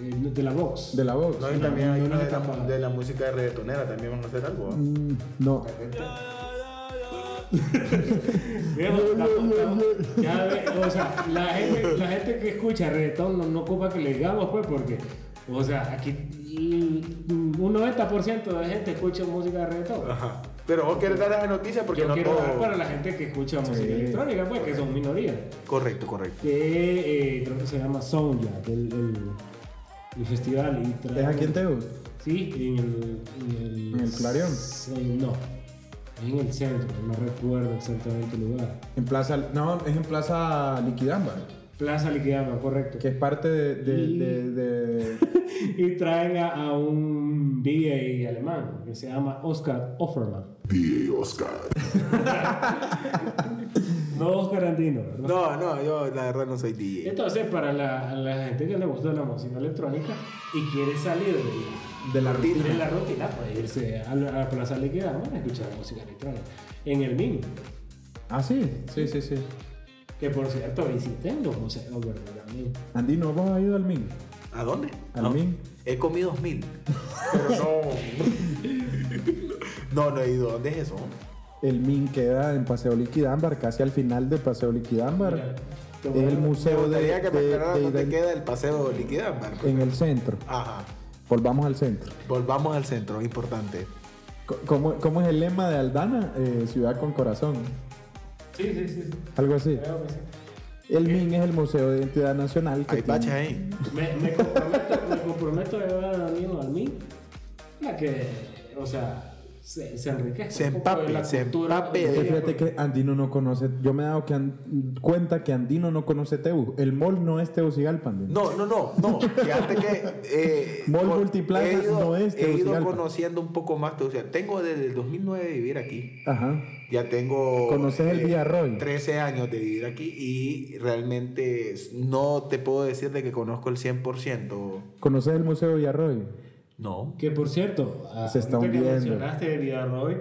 eh, de la Vox.
de la voz.
No, y también hay
No,
una
no,
de la,
tampoco.
de la música de reggaetonera, también vamos a hacer algo. ¿va?
Mm, No,
Viejo,
[laughs]
la puta- ya ve, o sea, la gente, la gente que escucha reggaetón no, no ocupa que le digamos, pues, porque, o sea, aquí y, mm, un 90% de la gente escucha música de reggaetón.
Ah,
Ajá. Pero vos querés dar esa noticia porque
Yo
no
quiero
todo.
dar para la gente que escucha música electrónica, pues, que son minorías.
Correcto, correcto.
Que eh, creo que se llama Soundja, el, el, el festival. Y trae-
es aquí en Teus.
Sí, en el. En el,
¿En el Clarion?
Sí, no, en el centro, no recuerdo exactamente el lugar.
En Plaza, no, es en Plaza Liquidamba,
Plaza Liquidama, correcto.
que es parte de... de- de- de-
[laughs] y traen a, a un DJ alemán que se llama Oscar Offerman. DJ Oscar. no Oscar Andino, ¿verdad?
No, no, yo la verdad no soy DJ.
Entonces, para la, a la gente que le gusta la música electrónica y quiere salir de,
de la
de la rutina, pues irse a la a Plaza Liquidama a escuchar música electrónica. En el MIN,
Ah, sí, sí, sí, sí.
que por cierto visiten los museos verdaderamente.
Andino, ¿vos has ido al MIN?
¿A dónde?
¿Al
No,
Min?
He comido mil. Pero [laughs] no. no, no he ido. ¿Dónde es eso?
El MIN queda en Paseo Liquidámbar, casi al final de Paseo Liquidámbar.
Mira,
Es el museo
Me
de,
gustaría que me
de-
aclarara
de
dónde
ident-
queda el paseo líquida, Marco.
en el centro.
Ajá.
Volvamos al centro.
Volvamos al centro, importante.
Co- ¿Cómo, cómo es el lema de Aldana? Eh, ciudad con corazón.
Sí, sí, sí. sí.
Algo así.
Creo que sí.
El MIN es el Museo de Identidad Nacional. que
Hay baches
tiene-
ahí.
Me, me comprometo, me comprometo a llevar a Danilo al mí para que, o sea, se, se enriquezca.
Se
un poco de
empape,
la
se
cultura pues.
empape
Es
hondureña,
que fíjate
porque-
que Andino no conoce. Yo me he dado que An- cuenta que Andino no conoce Teu. El mall no es Teucigalpa. Andino.
No, no, no, no. Fíjate que. Eh,
Mall
con-
Multiplaza
he ido-
no es
He ido
Tegucigalpa.
conociendo un poco más Tegucigalpa. Tengo desde el 2009 de vivir aquí.
Ajá.
Ya tengo.
¿Conoces el Villarroel?
13 años de vivir aquí y realmente no te puedo decir de que conozco el 100%.
¿Conoces el Museo Villarroy?
No.
Que por cierto,
Se está
ahorita que
hundiendo.
mencionaste de Villarroel,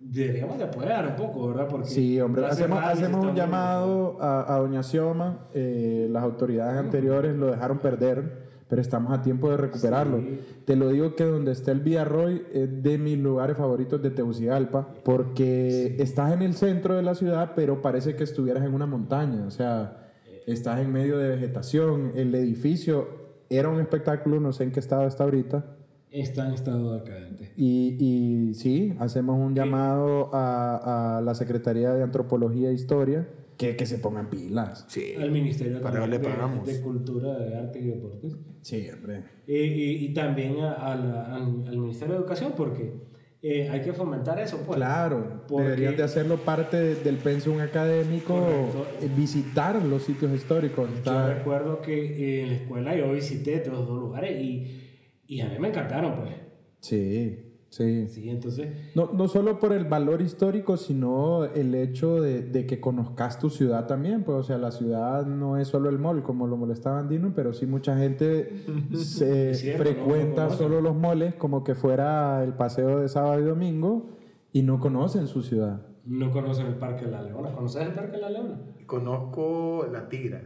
deberíamos de apoyar un poco, ¿verdad? Porque
Sí, hombre.
ya hace
Hacemos,
rato que se
hacemos
está
un
hundiendo.
llamado a, a Doña Xioma. Eh, las autoridades anteriores lo dejaron perder, pero estamos a tiempo de recuperarlo. Te lo digo que donde está el Villarroy es de mis lugares favoritos de Tegucigalpa, porque estás en el centro de la ciudad, pero parece que estuvieras en una montaña. O sea,
Eh.
estás en medio de vegetación. El edificio era un espectáculo, no sé en qué estado está ahorita.
Está en estado decadente.
Y, y sí, hacemos un llamado a, a la Secretaría de Antropología e Historia que, que se pongan pilas.
Sí.
Al Ministerio
eh, Para
también
que le
de-
pagamos.
de, Cultura, de Arte y Deportes.
Sí, hombre.
Y, y- y también a- a la- al, al Ministerio de Educación, porque eh, hay que fomentar eso. Pues.
Claro,
Porque-
deberían de hacerlo parte de- del pensum académico,
Correcto.
eh, visitar los sitios históricos.
Yo
Está-
recuerdo que eh, en la escuela yo visité todos los dos lugares y, y a mí me encantaron, pues.
Sí, sí.
Sí, entonces,
No, no solo por el valor histórico, sino el hecho de, de que conozcas tu ciudad también. Pues, o sea, la ciudad no es solo el mall, como lo molestaba Andino, pero sí mucha
[laughs]
gente se
Es cierto,
frecuenta
no lo conoce.
solo los moles como que fuera el paseo de sábado y domingo y no conocen su ciudad. [laughs]
no conocen el Parque de la Leona. ¿Conoces el Parque de la Leona?
Conozco la tigra.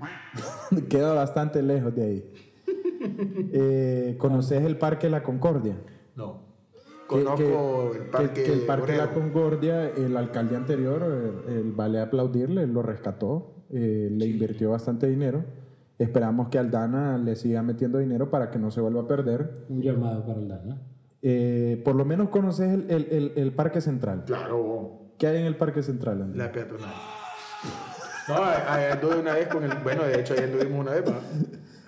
Queda bastante lejos
[laughs]
de ahí. Eh, ¿Conoces el Parque La Concordia?
No.
que-
Conozco el parque.
que, que el Parque La
Obrero.
Concordia, el alcalde anterior, el, el- vale aplaudirle, lo rescató, eh, le invirtió bastante dinero. Esperamos que Aldana le siga metiendo dinero para que no se vuelva a perder.
Un llamado para el Dana.
Eh, por lo menos conoces el, el- el- el Parque Central.
Claro,
¿Qué hay en el Parque Central, Andrés?
la peatonal. No, a- a- anduve una vez con el. Bueno, de hecho, ahí anduvimos una vez, ¿va?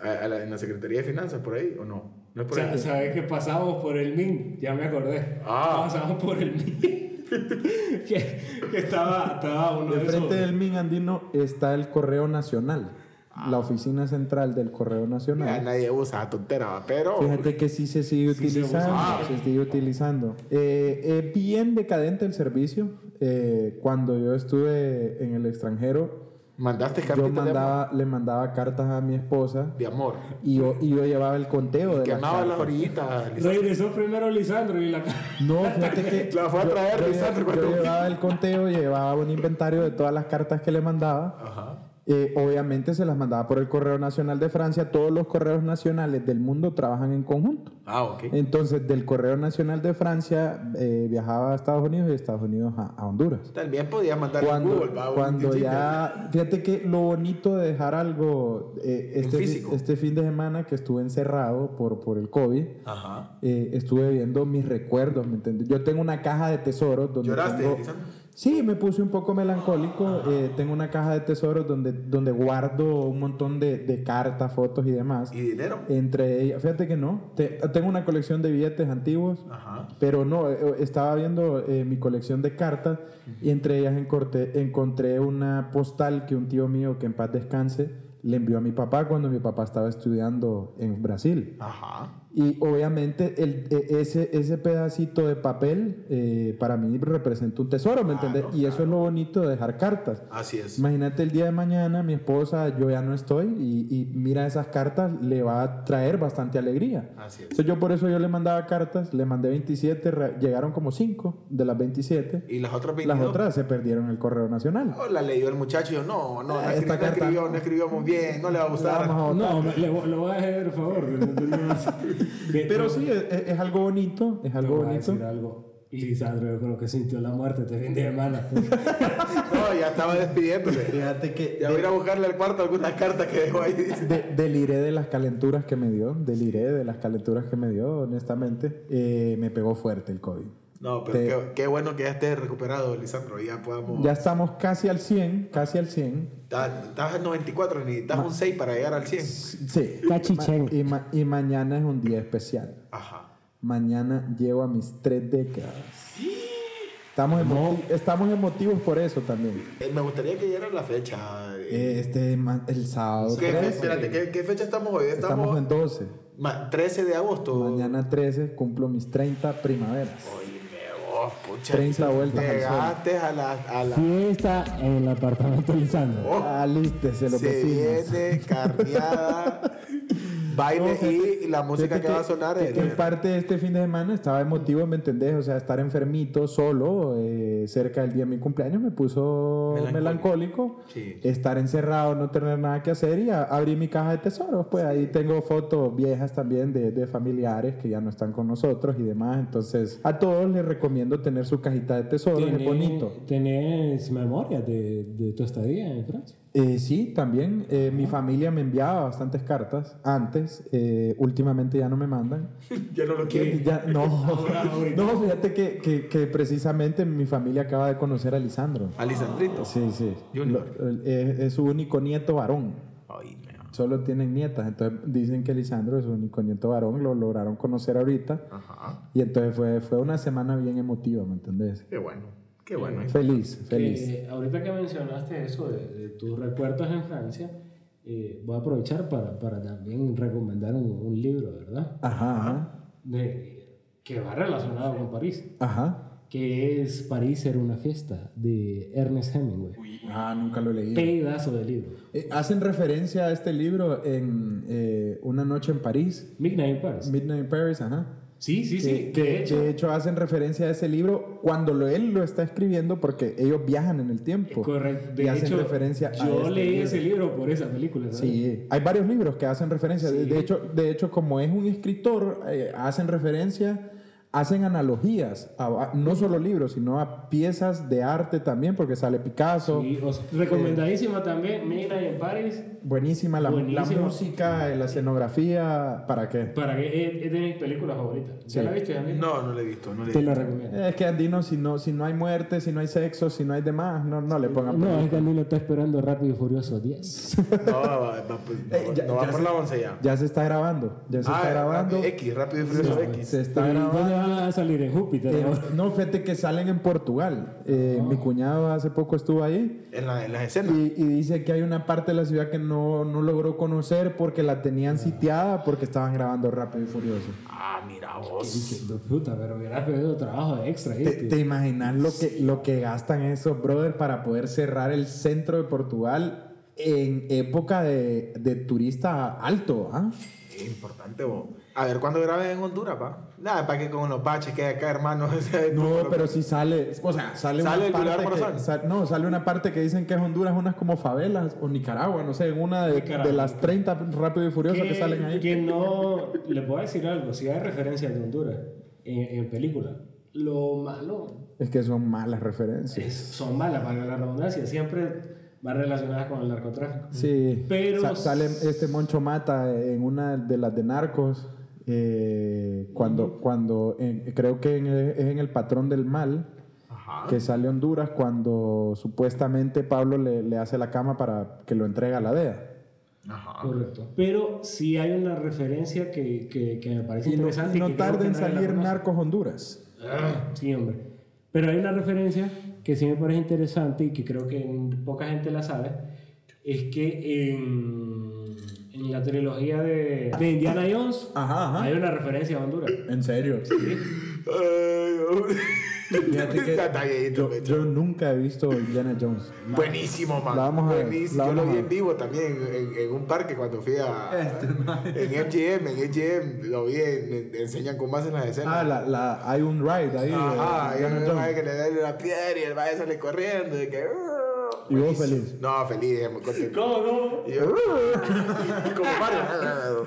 A- a la- en la Secretaría de Finanzas, por ahí, ¿o no? No es por ahí.
¿Sabes que pasamos por el MIN? Ya me acordé.
Ah.
Pasamos por el MIN. [laughs] que, que estaba, estaba uno
De
de, esos-
frente del Min Andino está el Correo Nacional,
Ah.
la oficina central del Correo
Ya
Nacional.
nadie usa esa tontera, ¿va? pero.
Fíjate que sí se sigue
Sí se usa.
utilizando.
Ah.
Se sigue utilizando. Eh, eh, bien decadente el servicio. Eh, cuando yo estuve en el extranjero,
Mandaste
yo
cartitas de,
mandaba, le mandaba cartas a mi esposa
de amor.
y yo, y yo llevaba el conteo de
Que
las
amaba las
cartas.
orillitas.
Regresó primero Lisandro y la cara.
[laughs] No, fíjate que.
[laughs] La fue a
yo-
traer,
yo,
Lisandro,
yo
[laughs] cuando-
llevaba el conteo, llevaba un inventario de todas las cartas que le mandaba.
Ajá.
Eh, obviamente se las mandaba por el Correo Nacional de Francia. Todos los correos nacionales del mundo trabajan en conjunto.
Ah, ok.
Entonces, del Correo Nacional de Francia eh, viajaba a Estados Unidos y de Estados Unidos a, a Honduras.
También podías mandar en
Cuando,
Google, ¿va? Un
cuando
chiste.
ya, fíjate que lo bonito de dejar algo eh,
En
este,
físico.
fi- este fin de semana que estuve encerrado por, por el COVID,
Ajá.
eh, estuve viendo mis recuerdos, ¿me entiendes? Yo tengo una caja de tesoros donde...
¿Lloraste,
tengo-
Lisandro?
Sí, me puse un poco melancólico. eh, tengo una caja de tesoros donde, donde guardo un montón de, de cartas, fotos y demás.
¿Y dinero?
Entre ellas, fíjate que no, te- tengo una colección de billetes antiguos,
Ajá.
pero no, eh, estaba viendo eh, mi colección de cartas y entre ellas encorté- encontré una postal que un tío mío, que en paz descanse, le envió a mi papá cuando mi papá estaba estudiando en Brasil.
Ajá.
Y obviamente el, e- ese, ese pedacito de papel eh, para mí representa un tesoro, ¿me
Claro,
entiendes? Y eso es lo bonito de dejar cartas.
Así es.
Imagínate el día de mañana, mi esposa, yo ya no estoy y, y mira esas cartas, le va a traer bastante alegría.
Así es.
Entonces yo por eso yo le mandaba cartas, le mandé 27, re- llegaron como 5 de las 27.
¿Y las otras 22?
Las otras se perdieron en el correo nacional.
No, la leyó el muchacho y yo, no, no, no,
Ah,
escri-
esta
no
carta-
escribió, no escribió muy bien, no le va a gustar.
Vamos a votar.
No, me- le, vo- lo voy a dejar, [laughs] por favor. Que-
Pero sí, es, es- es algo bonito, es
te
algo
voy a
bonito.
decir algo. Lisandro, yo creo que sintió la muerte este fin de semana.
No, ya estaba despidiéndose.
Fíjate que
Ya voy a ir a buscarle al cuarto algunas cartas que dejó ahí.
De- deliré de las calenturas que me dio, deliré de las calenturas que me dio, honestamente. Eh, me pegó fuerte el COVID.
No,
Te-
pero qué, qué bueno que ya estés recuperado, Lisandro. Ya podamos.
Ya estamos casi al 100, casi al 100.
Estás estás en 94, necesitas un 6 para llegar al 100.
Sí.
Cachichén.
Y, ma- y mañana es un día especial.
Ajá.
Mañana llevo a mis tres décadas. Estamos, emo- estamos emotivos por eso también.
Eh, me gustaría que llegara la fecha. eh.
Este, ma- el sábado
¿Qué,
13.
fe- espérate, ¿qué, qué fecha estamos hoy? Estamos,
Estamos en 12.
ma- 13 de agosto.
Mañana 13 cumplo mis 30 primaveras.
Oíme vos, oh, pucha.
30 vueltas al sol.
Llegaste a la. A la
Fiesta en el apartamento de Lisandro.
Oh,
Ah, Alístese los
se
vecinos.
viene
[laughs]
carneada,
No,
baile
o sea,
y la música
Fíjate
que va a sonar
que
es.
En parte de este fin de semana estaba emotivo, ¿me entendés? O sea, estar enfermito, solo, eh, cerca del día de mi cumpleaños me puso
Melancólico.
melancólico.
Sí.
Estar encerrado, no tener nada que hacer y a- abrí mi caja de tesoros. Pues ahí tengo fotos viejas también de, de familiares que ya no están con nosotros y demás. Entonces, a todos les recomiendo tener su cajita de tesoros, es
¿Tenés-
Oh, bonito.
¿Tenés memoria de, de tu estadía en Francia?
Eh, sí, también. eh, mi familia me enviaba bastantes cartas antes. eh, últimamente ya no me mandan.
Yo no lo
Que
quiero.
ya- [laughs] no,
ahorita.
no, fíjate que, que- que precisamente mi familia acaba de conocer a Lisandro.
Alisandrito.
Sí, sí.
Junior.
Lo- el- es, es su único nieto varón.
Oíme.
Solo tienen nietas. Entonces dicen que Lisandro es su único nieto varón. Lo lograron conocer ahorita.
Ajá.
Y entonces fue, fue una semana bien emotiva, ¿me entendés?
Qué bueno. Qué bueno.
Eh, Feliz, feliz.
Que, Eh, ahorita que mencionaste eso de, de tus recuerdos en Francia, eh, voy a aprovechar para, para también recomendar un, un libro, ¿verdad?
Ajá, ajá.
De, que va relacionado con París,
Ajá.
que es París era una fiesta de Ernest Hemingway.
Ah, nunca lo leí.
Pedazo de libro.
Eh, Hacen referencia a este libro en eh, Una noche en París,
Midnight in Paris.
Midnight in Paris, ajá.
Sí, sí, sí.
que-
de hecho,
de hecho hacen referencia a ese libro cuando lo- él lo está escribiendo porque ellos viajan en el tiempo.
correcto. De
y hacen
hecho,
referencia a
yo
este
leí
libro.
ese libro por esa película. ¿sabes?
Sí, hay varios libros que hacen referencia. De-
Sí.
De, hecho, de hecho, como es un escritor, eh, hacen referencia, hacen analogías, a, va- no solo libros, sino a piezas de arte también, porque sale Picasso.
Y, o sea, recomendadísima también, Midnight in Paris.
Buenísima la, la
Buenísima.
música, eh, la escenografía, ¿para qué?
Para que es, es de mis películas favoritas. ¿Ya
Sí.
la viste también?
No, no lo he visto. No lo he
Te la
visto.
recomiendo.
Es que Andino, si no, si no hay muerte, si no hay sexo, si no hay demás, no, no le pongan
No, es que Andy lo está esperando rápido y furioso 10.
No, va, va, va, pues, no,
Eh, ya-
no va
ya
por
se-
la 11 ya.
Ya se está grabando, ya se está
Ah,
grabando.
X, rápido y furioso X.
Se está
¿Dónde
grabando.
va a salir? En Júpiter.
Eh,
¿no?
no, fíjate que salen en Portugal. Eh,
Ah.
Mi cuñado hace poco estuvo ahí
En, la, en las
y,
escenas.
y dice que hay una parte de la ciudad que no, no logró conocer porque la tenían sitiada porque estaban grabando Rápido y Furioso.
Ah, mira
Y
vos.
que, no, puta, pero hubiera pedido trabajo de extra.
¿Te,
¿viste?
te imaginas lo que, lo que gastan esos brothers para poder cerrar el centro de Portugal en época de, de turista alto? ah?
Es importante vos. A ver, ¿cuándo grabes en Honduras, pa? Nada, para que con los baches que hay acá, hermano. [laughs] o sea,
No,
tú-
pero si sale, o sea, sale,
¿Sale el
una
Boulevard
parte que,
Morazán?
sal- no, sale una parte que dicen que es Honduras, unas como favelas o Nicaragua, no sé, una de,
Nicaragua.
de las 30 rápido y furioso que,
Que-
salen ¿eh? ahí.
que no. Les voy a decir algo. Si hay referencias de Honduras en, en película, lo malo
Es que son malas referencias.
es- son malas para la redundancia. Siempre van relacionadas con el narcotráfico.
Sí,
Pero-
sa- sale este Moncho Mata en una de las de Narcos. eh, cuando cuando en- creo que en el- es en el patrón del mal
Ajá.
que sale Honduras cuando supuestamente Pablo le, le hace la cama para que lo entrega a la DEA.
Ajá.
Correcto. Pero sí hay una referencia que, que, que me parece
Y no,
interesante.
y no
que creo
tarda
que
en
nadie la
salir
conoce.
Narcos Honduras.
Ah, Sí, hombre. Pero hay una referencia que sí me parece interesante y que creo que en- poca gente la sabe. Es que en, en la trilogía de, de Indiana Jones
Ajá, ajá.
hay una referencia a Honduras.
En serio.
Ay, hombre. [laughs]
Fíjate que
Ya está viejito,
yo,
pecho.
yo nunca he visto Indiana Jones.
Buenísimo, man.
La vamos a ver,
Buenísimo.
la
Yo lo
vamos
vi
a
en vivo también en, en un parque cuando fui a.
Este,
en MGM, en MGM. Lo vi, en, en- enseñan cómo hacen las escenas.
Ah, la, la, hay un ride ahí. de
Ajá, y
Indiana
el
Jones.
mae que le da la piedra y el mae sale corriendo. Y que. "Uh".
Y
buenísimo.
vos feliz.
No, feliz, eh, muy
[laughs]
contento.
¿Cómo, cómo?
Y yo, [laughs] Como Mario.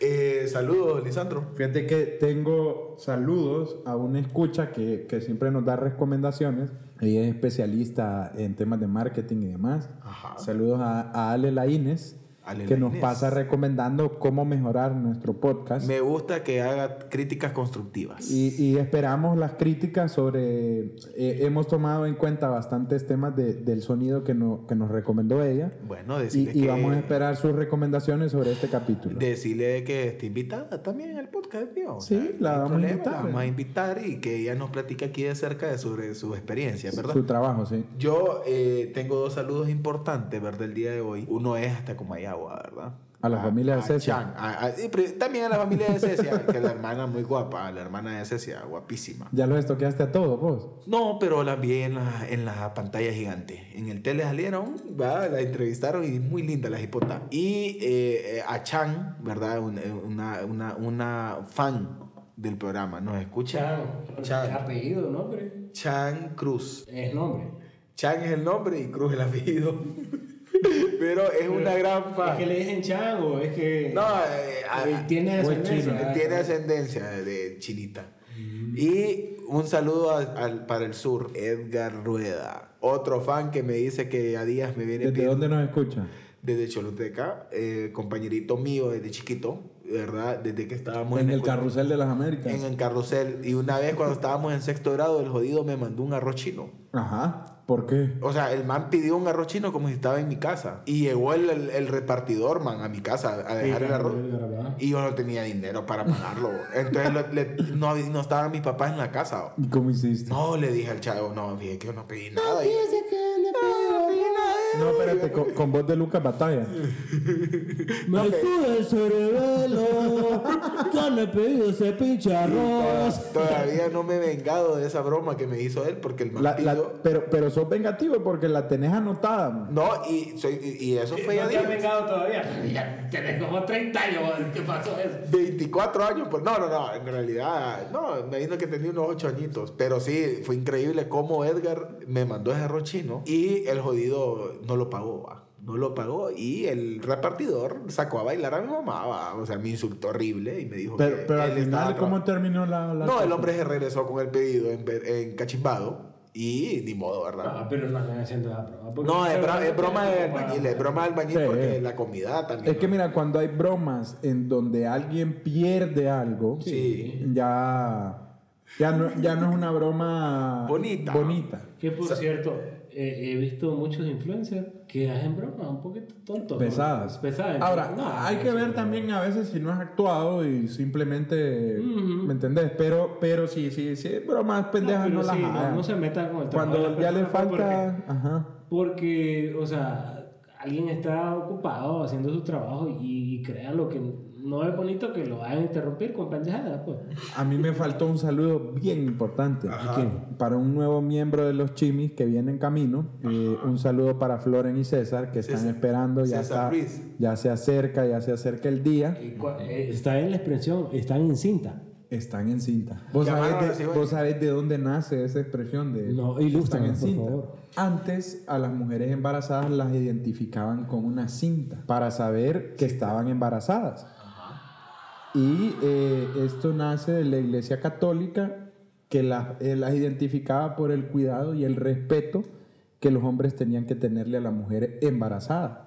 Eh, saludos, Lisandro.
Fíjate que tengo saludos a una escucha que, que siempre nos da recomendaciones. Ella es especialista en temas de marketing y demás.
Ajá.
Saludos a, a Ale Laínez,
Ale
que nos
Laínez.
pasa recomendando cómo mejorar nuestro podcast.
Me gusta que haga críticas constructivas.
Y, y esperamos las críticas sobre... eh, hemos tomado en cuenta bastantes temas de- del sonido que, no- que nos recomendó ella.
Bueno,
Y,
decirle
y
que...
vamos a esperar sus recomendaciones sobre este capítulo.
Decirle que está invitada también al podcast, mío. O
Sí,
sea,
la
no hay
vamos a
problema,
invitar,
la vamos a
¿verdad?
invitar y que ella nos platique aquí de cerca de sobre sus experiencias, ¿verdad?
Su trabajo, sí.
Yo eh, tengo dos saludos importantes, ¿verdad? El día de hoy. Uno es hasta Comayagua, ¿verdad?
A la familia de
a
Cecia.
Chan, a- a- y pri- también a la familia de Cecia, que la hermana muy guapa, la hermana de Cecia, guapísima.
Ya lo estoqueaste a todos vos.
No, pero la vi en la, en la pantalla gigante. En el tele salieron, ¿verdad? la entrevistaron y muy linda la hipota. Y eh, eh, a Chan, ¿verdad? Una, una, una, una fan del programa, nos escucha.
Chao.
Chao.
Apellido, nombre.
Chan Cruz.
Es nombre.
Chan es el nombre y Cruz el apellido. [laughs] pero es una gran
Es que
fan.
le dicen chango, es que.
No, eh, a-
Tiene
Buen
ascendencia.
tiene ascendencia de chinita.
Mm.
Y un saludo a- al- para el sur, Edgar Rueda. Otro fan que me dice que a días me viene
¿Desde
pidiendo-
dónde nos escucha?
desde Choluteca, eh, compañerito mío desde chiquito, ¿verdad? Desde que estábamos
En
la
el
escuela-
carrusel de las Américas.
En el carrusel. Y una vez cuando estábamos en sexto grado, el jodido me mandó un arroz chino.
Ajá. ¿Por qué?
O sea, el man pidió un arroz chino como si estaba en mi casa. Y llegó el, el- el repartidor, man, a mi casa a dejar el arroz. Y yo no tenía dinero para pagarlo. bo. Entonces lo- le- no, hab- no estaban mis papás en la casa. bo.
¿Y cómo hiciste?
No, le dije al chavo, no, dije que yo no pedí nada. Y-
No, espérate, con, con voz de Lucas Batalla.
Me sube el cerebelo. Ya le pedido ese pinche
Todavía no me he vengado de esa broma que me hizo él porque el man
La- la-
pidió-
pero, pero sos vengativo porque la tenés anotada.
No, y, soy- y- y eso fue ya
Eh, No te has
día-
vengado todavía. [laughs] Ya tenés como 30 años. ¿Qué pasó eso?
24 años, pues no, no, no, en realidad, no, me imagino que tenía unos 8 añitos, pero sí, fue increíble cómo Edgar me mandó ese arroz chino y el jodido no lo pagó, va, no lo pagó y el repartidor sacó a bailar a mi mamá, va, o sea, me insultó horrible y me dijo
Pero,
que
pero al
él estaba
final, ¿cómo
trabajando.
terminó la, la
No, el
cosa?
hombre se regresó con el pedido en, en cachimbado y ni modo, ¿verdad?
No, Ah, pero no están haciendo la prueba. porque
No, es, bra-
seguramente
es broma de
como
albañil,
para-
es broma de albañil
Sí.
porque la comida también.
Es que
¿no?
mira, cuando hay bromas en donde alguien pierde algo,
Sí.
ya, ya, no, ya no es una broma
Bonita.
bonita.
Que por cierto, eh, he visto muchos influencers que hacen bromas un poquito tontos. ¿no?
Pesadas.
Pesadas.
Ahora,
No,
hay que
no,
ver también a veces si no es actuado y simplemente. ¿Me entendés? Pero, pero sí, sí, sí, bromas pendejas
pero
no, las
sí,
hagan.
no se metan con el trabajo de
Cuando
la
ya le
persona,
falta. Ajá.
Porque, porque, o sea, alguien está ocupado haciendo su trabajo y, y crean lo que no es bonito que lo hagan interrumpir con pendejadas, pues.
A mí me faltó un saludo bien importante.
Ajá.
¿A quién? Para un nuevo miembro de los Chimis que viene en camino. Eh, un saludo para Floren y César que están
César-
esperando. Ya,
César
está-
Ruiz.
ya se acerca, ya se acerca el día.
Y cua- eh, está en la expresión, están en cinta.
Están en cinta. ¿Vos
Llamaron a
sabés, de,
recibir.
vos sabés de dónde nace esa expresión de
No, ilústranos,
están en
por
cinta?
favor.
Antes a las mujeres embarazadas las identificaban con una cinta para saber que estaban embarazadas. Y eh, esto nace de la Iglesia Católica que la- eh, las identificaba por el cuidado y el respeto que los hombres tenían que tenerle a la mujer embarazada.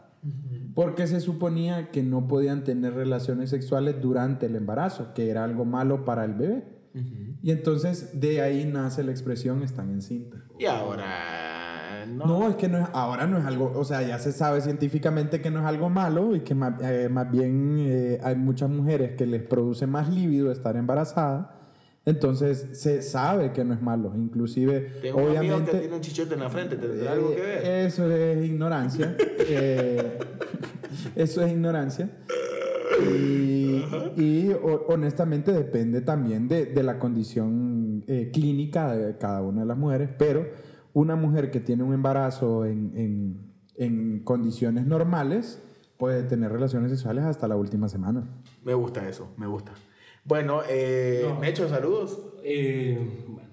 Porque se suponía que no podían tener relaciones sexuales durante el embarazo, que era algo malo para el bebé. Y entonces de ahí nace la expresión están en cinta.
Y ahora, no.
No, es que no es, ahora no es algo, o sea, ya se sabe científicamente que no es algo malo y que más, eh, más bien eh, hay muchas mujeres que les produce más lívido estar embarazada. Entonces se sabe que no es malo, inclusive
Tengo un amigo que
obviamente
tiene un chichote en la frente, ¿tendrá algo que ver?
eh, Eso es
[laughs]
ignorancia. Eh, eso es ignorancia. Y, y ho- honestamente depende también de, de la condición eh, clínica de cada una de las mujeres, pero una mujer que tiene un embarazo en, en- en condiciones normales puede tener relaciones sexuales hasta la última semana.
Me gusta eso, me gusta. Bueno, eh,
No.
Mecho, saludos.
Eh, bueno,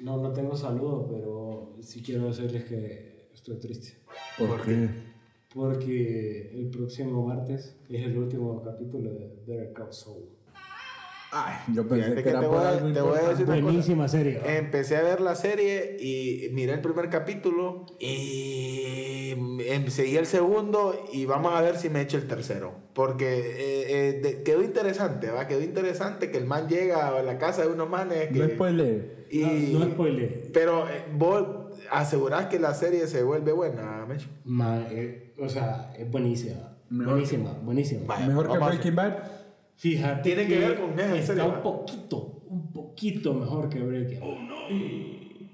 no, no tengo saludos, pero sí quiero decirles que Estoy triste.
¿Por,
¿Por
qué?
Porque el próximo martes es el último capítulo de Better Call Saul.
Ay, yo pensé
Fíjate
Pues que,
que
era
te
por
voy a-
algo
te voy a
importante.
decir- una Eh,
Buenísima serie.
Empecé a ver la serie y miré el primer capítulo y em- seguí el segundo y vamos a ver si me echo el tercero. Porque eh, eh, de- quedó interesante, ¿va? Quedó interesante que el man llega a la casa de unos manes que...
No spoiler.
y,
No, no spoilees.
Pero eh, vos asegurás que la serie se vuelve buena, Mecho.
Ma- eh, o sea, es buenísima.
Mejor-
Buenísima, buenísima.
Vaya,
Mejor que
vamos a-
Breaking Bad.
Fíjate
Tiene que ver con eso, en
está
serio, ¿eh? ¿va?
un poquito, un poquito mejor que Breaking Bad.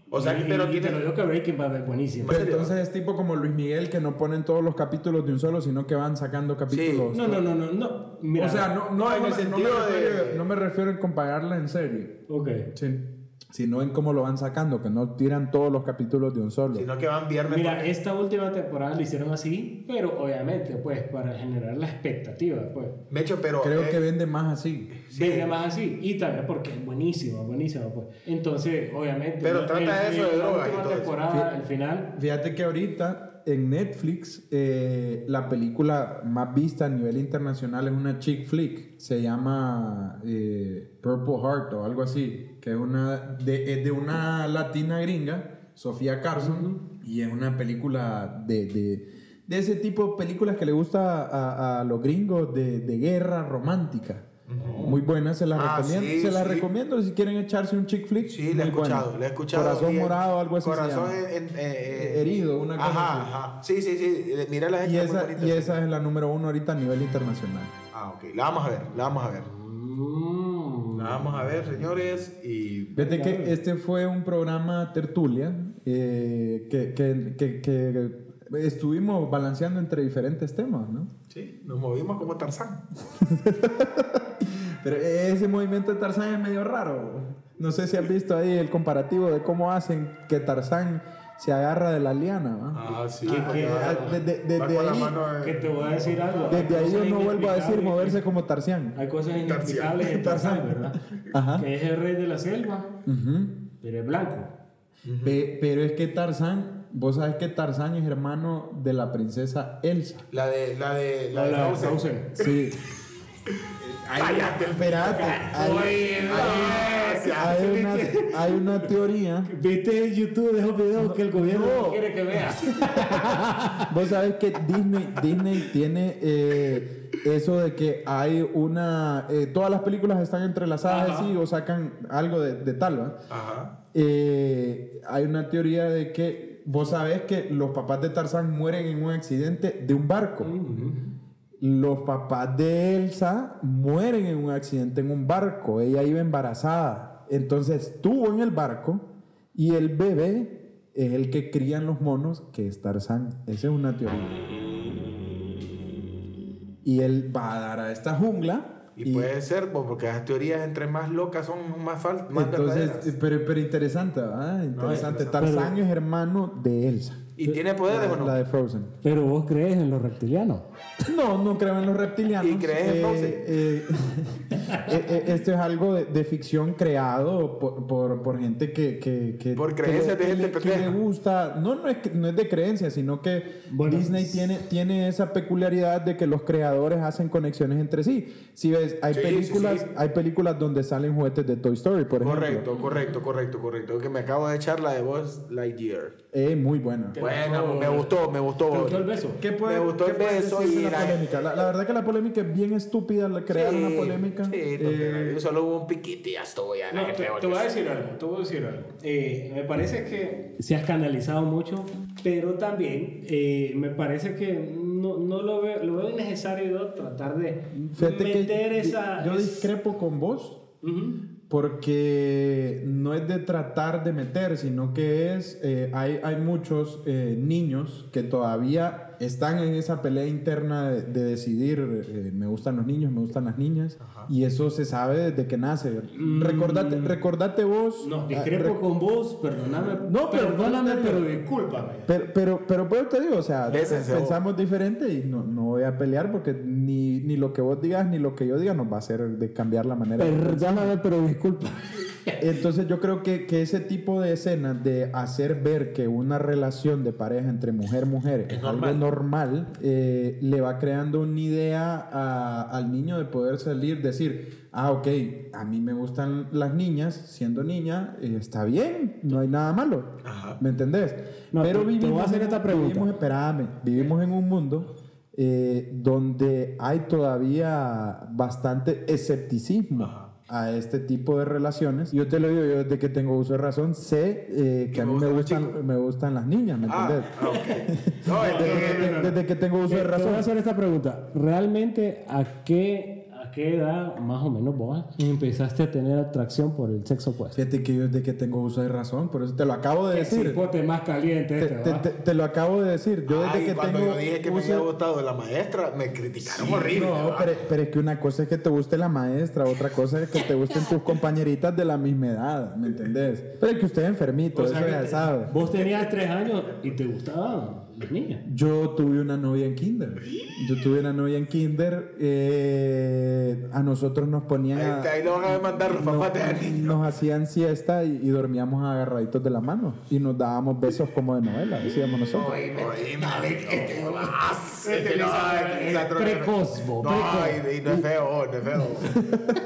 O sea,
Y-
que- pero
y te lo
tiene...
digo que Breaking Bad es buenísima.
Pero
serio?
entonces es tipo como Luis Miguel que no ponen todos los capítulos de un solo, sino que van sacando capítulos.
No, no, no, no, no. Mira,
o sea, no, no,
No, en
no
el
me- no
sentido
me refiero,
de-
no me refiero en compararla en serie,
Ok.
sino en cómo lo van sacando, que no tiran todos los capítulos de un solo.
Sino que van viernes... por-
Mira, esta última temporada lo hicieron así, pero obviamente, pues, para generar la expectativa, pues.
Mecho, pero...
Creo
eh,
que vende más así.
Vende más así. Y también porque es buenísima, buenísima, pues. Entonces, obviamente.
Pero
¿no?
trata eso de
la
drogas y
última
todo eso.
temporada, al final.
Fíjate que ahorita en Netflix eh, la película más vista a nivel internacional es una chick flick. Se llama eh, Purple Heart o algo así. Que es, una, de, es de una latina gringa, Sofía Carson. Y es una película de, de- de ese tipo de películas que le gusta a, a los gringos de, de guerra romántica. Muy buena, se las
Ah,
recomiendo.
sí,
se las
sí.
recomiendo si quieren echarse un chick flick.
Sí, la he
muy buena.
escuchado, la he escuchado.
Corazón
Y el-
morado, algo así. se
Corazón
llama.
en- en- eh, eh,
Herido, una cosa
Ajá,
así.
ajá. Sí, sí, sí. eh, Mira la
Y
gente
esa, y esa es la número uno ahorita a nivel internacional.
Ah, ok. La vamos a ver, la vamos a ver.
Mm.
La vamos a ver, señores. Y.
Fíjate que este fue un programa tertulia eh, que, que- que- que estuvimos balanceando entre diferentes temas, ¿no?
Sí, nos movimos como Tarzán.
Pero ese movimiento de Tarzán es medio raro. No sé si has visto ahí el comparativo de cómo hacen que Tarzán se agarra de la liana, ¿va?
Ah, sí.
¿Qué- qué-
Va
de- de- de-
con
de
la
ahí-
mano, eh,
Que te voy a decir algo.
Desde ahí yo
Cosas
no vuelvo a decir
inexplicables.
moverse como Tarzán.
Hay cosas inexplicables en
Tarzán.
Tarzán, ¿verdad?
Ajá.
Que es el rey de la selva,
Ujú.
pero es blanco.
Pe- pero es que Tarzán, vos sabes que Tarzán es hermano de la princesa Elsa.
La de. La de. La de.
Hola,
Frozen.
Frozen.
Sí.
Cállate,
Espérate. Hay,
Oye,
Ah,
gracias.
hay una, hay una teoría.
¿Viste en YouTube de esos videos que el gobierno
no.
quiere que veas?
Vos sabés que Disney, Disney tiene eh, eso de que hay una... eh, todas las películas están entrelazadas
Ajá.
así o sacan algo de, de tal, ¿va?
Ajá.
Eh, hay una teoría de que vos sabés que los papás de Tarzán mueren en un accidente de un barco.
Mm-hmm.
Los papás de Elsa mueren en un accidente en un barco. Ella iba embarazada. Entonces estuvo en el barco y el bebé es el que crían los monos, que es Tarzán. Esa es una teoría. Y él va a dar a esta jungla.
Y, puede ser, pues, porque las teorías entre más locas son más falsas. Más verdaderas.
entonces, eh, pero, pero interesante, ¿verdad? Interesante.
interesante.
Tarzán es hermano de Elsa.
¿Y tiene poderes o
La,
no?
la de Frozen.
Pero vos crees en los reptilianos.
No, no creo en los reptilianos.
¿Y crees en Frozen?
eh, [laughs] eh, eh, esto es algo de, de ficción creado por, por- por gente que, que, que-
Por
que
creencias
le-
de
que
gente
le- que
pendeja.
le gusta. No, no es, que- no es de creencia, sino que
Bueno,
Disney
s-
tiene, tiene esa peculiaridad de que los creadores hacen conexiones entre sí. Si ves, hay
Sí, sí,
películas,
sí.
hay películas donde salen juguetes de Toy Story, por ejemplo.
Correcto, correcto, correcto, correcto. Que me acabo de echar la de Buzz Lightyear.
Eh, muy buena.
Bueno, me gustó, me gustó.
¿Te gustó el beso?
¿Qué puede-
Me gustó
qué
el
puedes
beso
decir de
y
la
la-
polémica? La, la verdad que la polémica es bien estúpida, la- crear
Sí,
una polémica.
Sí,
Eh,
tontera. Yo solo hubo un piquito y ya estuvo ya. la
No,
gente
te,
volvió.
te voy a decir algo, te voy a decir algo. Eh, me parece que se ha escandalizado mucho, pero también eh, me parece que no, no lo veo, lo veo innecesario tratar de
Fíjate que
meter esa...
yo yo
es- Mm-hmm.
discrepo con vos
Ujú.
porque no es de tratar de meter, sino que es, eh, hay, hay muchos eh, niños que todavía están en esa pelea interna de, de decidir, eh, me gustan los niños, me gustan las niñas, y eso se sabe desde que nace. Recordate, recordate vos...
Mm. No,
ah,
discrepo con vos, perdóname.
No, pero-
perdóname, pero discúlpame.
Pero, pero, pero por eso te digo, o sea,
Bésense,
pensamos diferente y no, no voy a pelear porque ni, ni lo que vos digas ni lo que yo diga nos va a hacer de cambiar la manera.
Perdóname, pero discúlpame.
Entonces yo creo que, que ese tipo de escenas de hacer ver que una relación de pareja entre mujer-mujer es, algo normal, eh, le va creando una idea a- al niño de poder salir, decir, ah, ok, a mí me gustan las niñas, siendo niña, eh, está bien, no hay nada malo.
Ajá.
¿Me entendés?
No, te- te voy a hacer
en-
esta pregunta.
Vivimos, espérame, vivimos en un mundo eh, donde hay todavía bastante escepticismo a este tipo de relaciones. Yo te lo digo, yo desde que tengo uso de razón sé eh, que a
me
mí me
gustan los
gustan, me gustan las niñas, ¿me
Ah,
entendés?
ah,
[laughs]
ok. No, Eh, es
Desde,
que-
que, te- desde que tengo uso
Te
de
te voy a
razón.
hacer esta pregunta. ¿Realmente a qué, a qué edad, más o menos, vos empezaste a tener atracción por el sexo opuesto?
Fíjate que yo desde que tengo uso de razón, por eso te lo acabo de
Qué
decir.
cipote más caliente
Te,
este,
te-
¿va?
te- te lo acabo de decir. Yo desde
Ay,
que
cuando
tengo
yo dije que me
uso-
había gustado la maestra, me criticaron horrible.
No,
¿verdad?
pero, pero es que una cosa es que te guste la maestra, otra cosa es que te gusten tus compañeritas de la misma edad, ¿me entendés? Pero es que usted es enfermito,
O
eso
sea, que
ya
te-
sabe.
Vos tenías tres años y te gustaban las niñas.
Yo tuve una novia en kinder. Yo tuve una novia en kinder. eh, a nosotros nos ponían a-
Ahí, ahí lo van a demandar los
no-
papás de la niña.
nos hacían siesta y, y dormíamos agarraditos de la mano. Y nos dábamos besos como de novela, decíamos nosotros.
Oye, madre, este no hace, este no hace,
es
otro-
precoz, bo,
No,
precoz.
y- y no es feo, no es feo.
[laughs]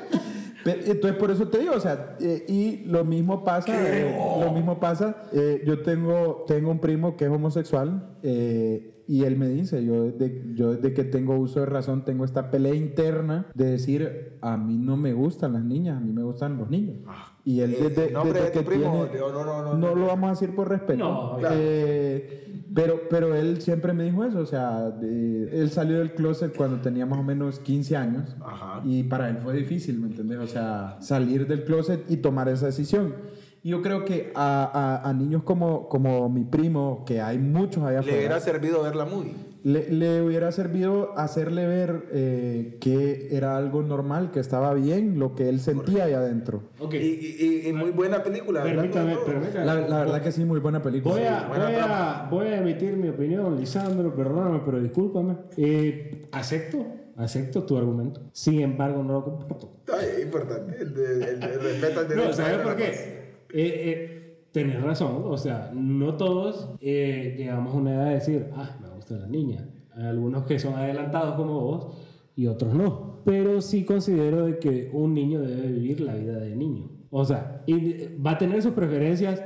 Pe- Entonces por eso te digo, o sea, eh, y lo mismo pasa, eh, lo mismo pasa, eh, yo tengo, tengo un primo que es homosexual eh, y él me dice, yo desde, yo desde que tengo uso de razón tengo esta pelea interna de decir, a mí no me gustan las niñas, a mí me gustan los niños. Y él
Eh,
desde,
el nombre
desde
de tu
que
primo,
tiene-
yo no- no- no-
lo vamos a decir por respeto.
No,
Eh, pero, pero él siempre me dijo eso, o sea, de- él salió del closet cuando tenía más o menos 15 años.
Ajá.
Y para él fue difícil, ¿me entendés? O sea, salir del closet y tomar esa decisión. Y yo creo que a, a- a niños como, como mi primo, que hay muchos allá
Le hubiera
afuera,
servido ver la movie.
le, le hubiera servido hacerle ver eh, que era algo normal, que estaba bien lo que él sentía ahí adentro.
Ok,
Y, y- y- y muy buena película. ¿verdad?
permítame,
No, no.
permítame.
La, la verdad que sí, muy buena película.
Voy a,
buena
voy, a, voy a emitir mi opinión, Lisandro, perdóname, pero discúlpame. Eh, acepto, acepto tu argumento. Sin embargo, no lo comparto.
Ay, Es importante, el, de- el de- el respeto
[laughs]
al derecho.
No, ¿sabes por qué? Eh, eh, tenés razón, o sea, no todos eh, llegamos a una edad de decir, ah, me gustan las niñas. Hay algunos que son adelantados como vos y otros no. Pero sí considero de que un niño debe vivir la vida de niño. O sea, y va a tener sus preferencias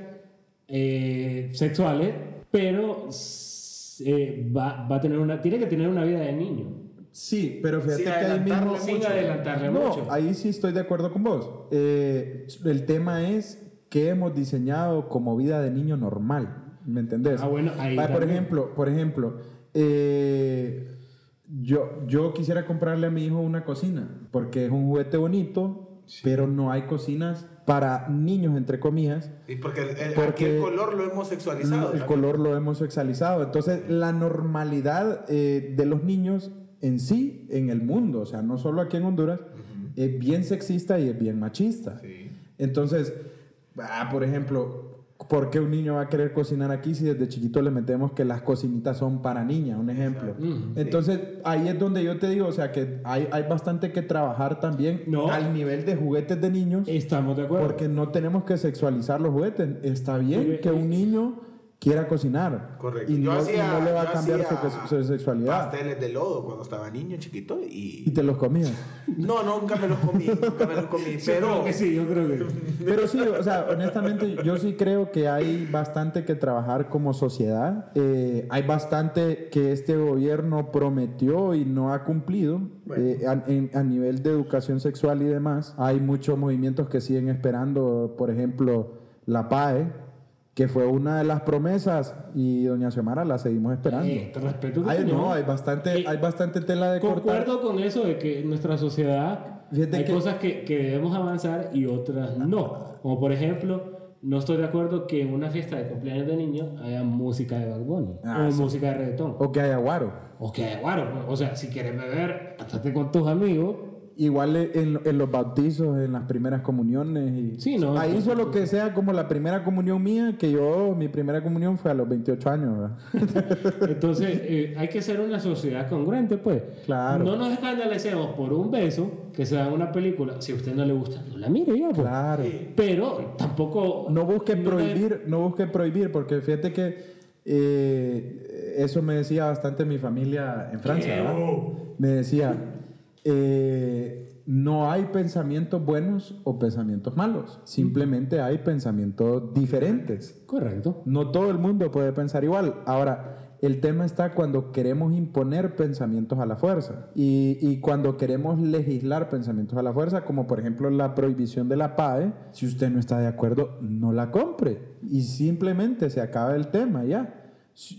eh, sexuales, pero s- eh, va, va a tener una, tiene que tener una vida de niño.
Sí, pero fíjate
Sin
que ahí
adelantarle
mismo...
Sin adelantarle
no,
mucho.
ahí sí estoy de acuerdo con vos. Eh, el tema es que hemos diseñado como vida de niño normal, ¿me entendés?
Ah, bueno, ahí
Ah, por
también.
ejemplo, por ejemplo, eh, yo, yo quisiera comprarle a mi hijo una cocina, porque es un juguete bonito, pero no hay cocinas para niños, entre comillas.
Y porque el, el-
Porque-
aquí el color lo hemos sexualizado.
El
¿no?
color lo hemos sexualizado. Entonces, la normalidad eh, de los niños en sí, en el mundo, o sea, no solo aquí en Honduras, es bien sexista y es bien machista.
Sí.
Entonces, ah, por ejemplo, ¿por qué un niño va a querer cocinar aquí si desde chiquito le metemos que las cocinitas son para niña? Un ejemplo.
Mm,
Entonces, ahí es donde yo te digo, o sea, que hay, hay bastante que trabajar también
No.
al nivel de juguetes de niños.
Estamos de acuerdo.
Porque no tenemos que sexualizar los juguetes. Está bien
Mire,
que un niño quiera cocinar.
Correcto.
Y, no, y no le va
yo
a cambiar su,
hacía
cos- su sexualidad.
Pasteles de lodo cuando estaba niño, chiquito.
Y
Y...
te los comías.
No, nunca me los comí, nunca me los
[laughs]
comí.
Yo creo
Pero
que sí, yo creo que
Pero sí, o sea, honestamente, yo sí creo que hay bastante que trabajar como sociedad. Eh, hay bastante que este gobierno prometió y no ha cumplido eh, a, en- a nivel de educación sexual y demás. Hay muchos movimientos que siguen esperando, por ejemplo, la PAE, que fue una de las promesas y doña Xiomara la seguimos esperando.
Eh, te respeto tu
Hay,
opinión.
no, hay bastante,
Eh,
hay bastante tela de cortar.
Concuerdo con eso de que en nuestra sociedad
Fíjate
hay
que- Ah.
cosas que, que debemos avanzar y otras no. Como por ejemplo, no estoy de acuerdo que en una fiesta de cumpleaños de niños haya música de Bad Bunny
Ah,
o
sí.
música de reggaetón.
O que hay aguaro.
O que de guaro. pues. O sea, si quieres beber, pásate con tus amigos.
Igual en, en los bautizos, en las primeras comuniones. Y,
Sí, no,
ahí
entonces-
solo que sea como la primera comunión mía, que yo, mi primera comunión fue a los 28 años.
[laughs]
¿verdad? [laughs]
Entonces, eh, hay que ser una sociedad congruente, pues.
Claro.
No nos escandalecemos por un beso que se da en una película, si a usted no le gusta, no la mire ya. pues.
Claro.
Pero tampoco...
No busque
me-
prohibir, no busque prohibir, porque fíjate que eh, eso me decía bastante mi familia en Francia. ¿verdad?
Oh.
Me decía, eh, no hay pensamientos buenos o pensamientos malos, simplemente hay pensamientos diferentes.
Correcto.
No todo el mundo puede pensar igual. Ahora, el tema está cuando queremos imponer pensamientos a la fuerza y, y cuando queremos legislar pensamientos a la fuerza, como por ejemplo la prohibición de la PAE, si usted no está de acuerdo, no la compre y simplemente se acaba el tema ya.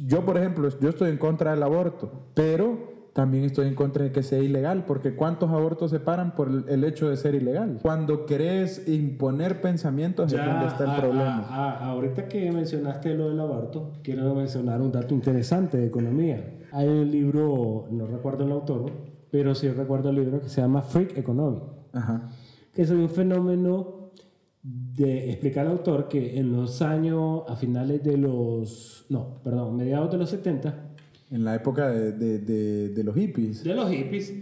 Yo, por ejemplo, yo estoy en contra del aborto, pero también estoy en contra de que sea ilegal, porque ¿cuántos abortos se paran por el- el hecho de ser ilegal? Cuando querés imponer pensamientos es donde está el
a-
problema.
a- a- ahorita que mencionaste lo del aborto, quiero mencionar un dato interesante de economía. Hay un libro, no recuerdo el autor, pero sí recuerdo el libro que se llama Freak Economic,
Ajá.
que es un fenómeno de explicar al autor que en los años, a finales de los, no, perdón, mediados de los 70,
En la época de, de- de- de los hippies.
de los hippies,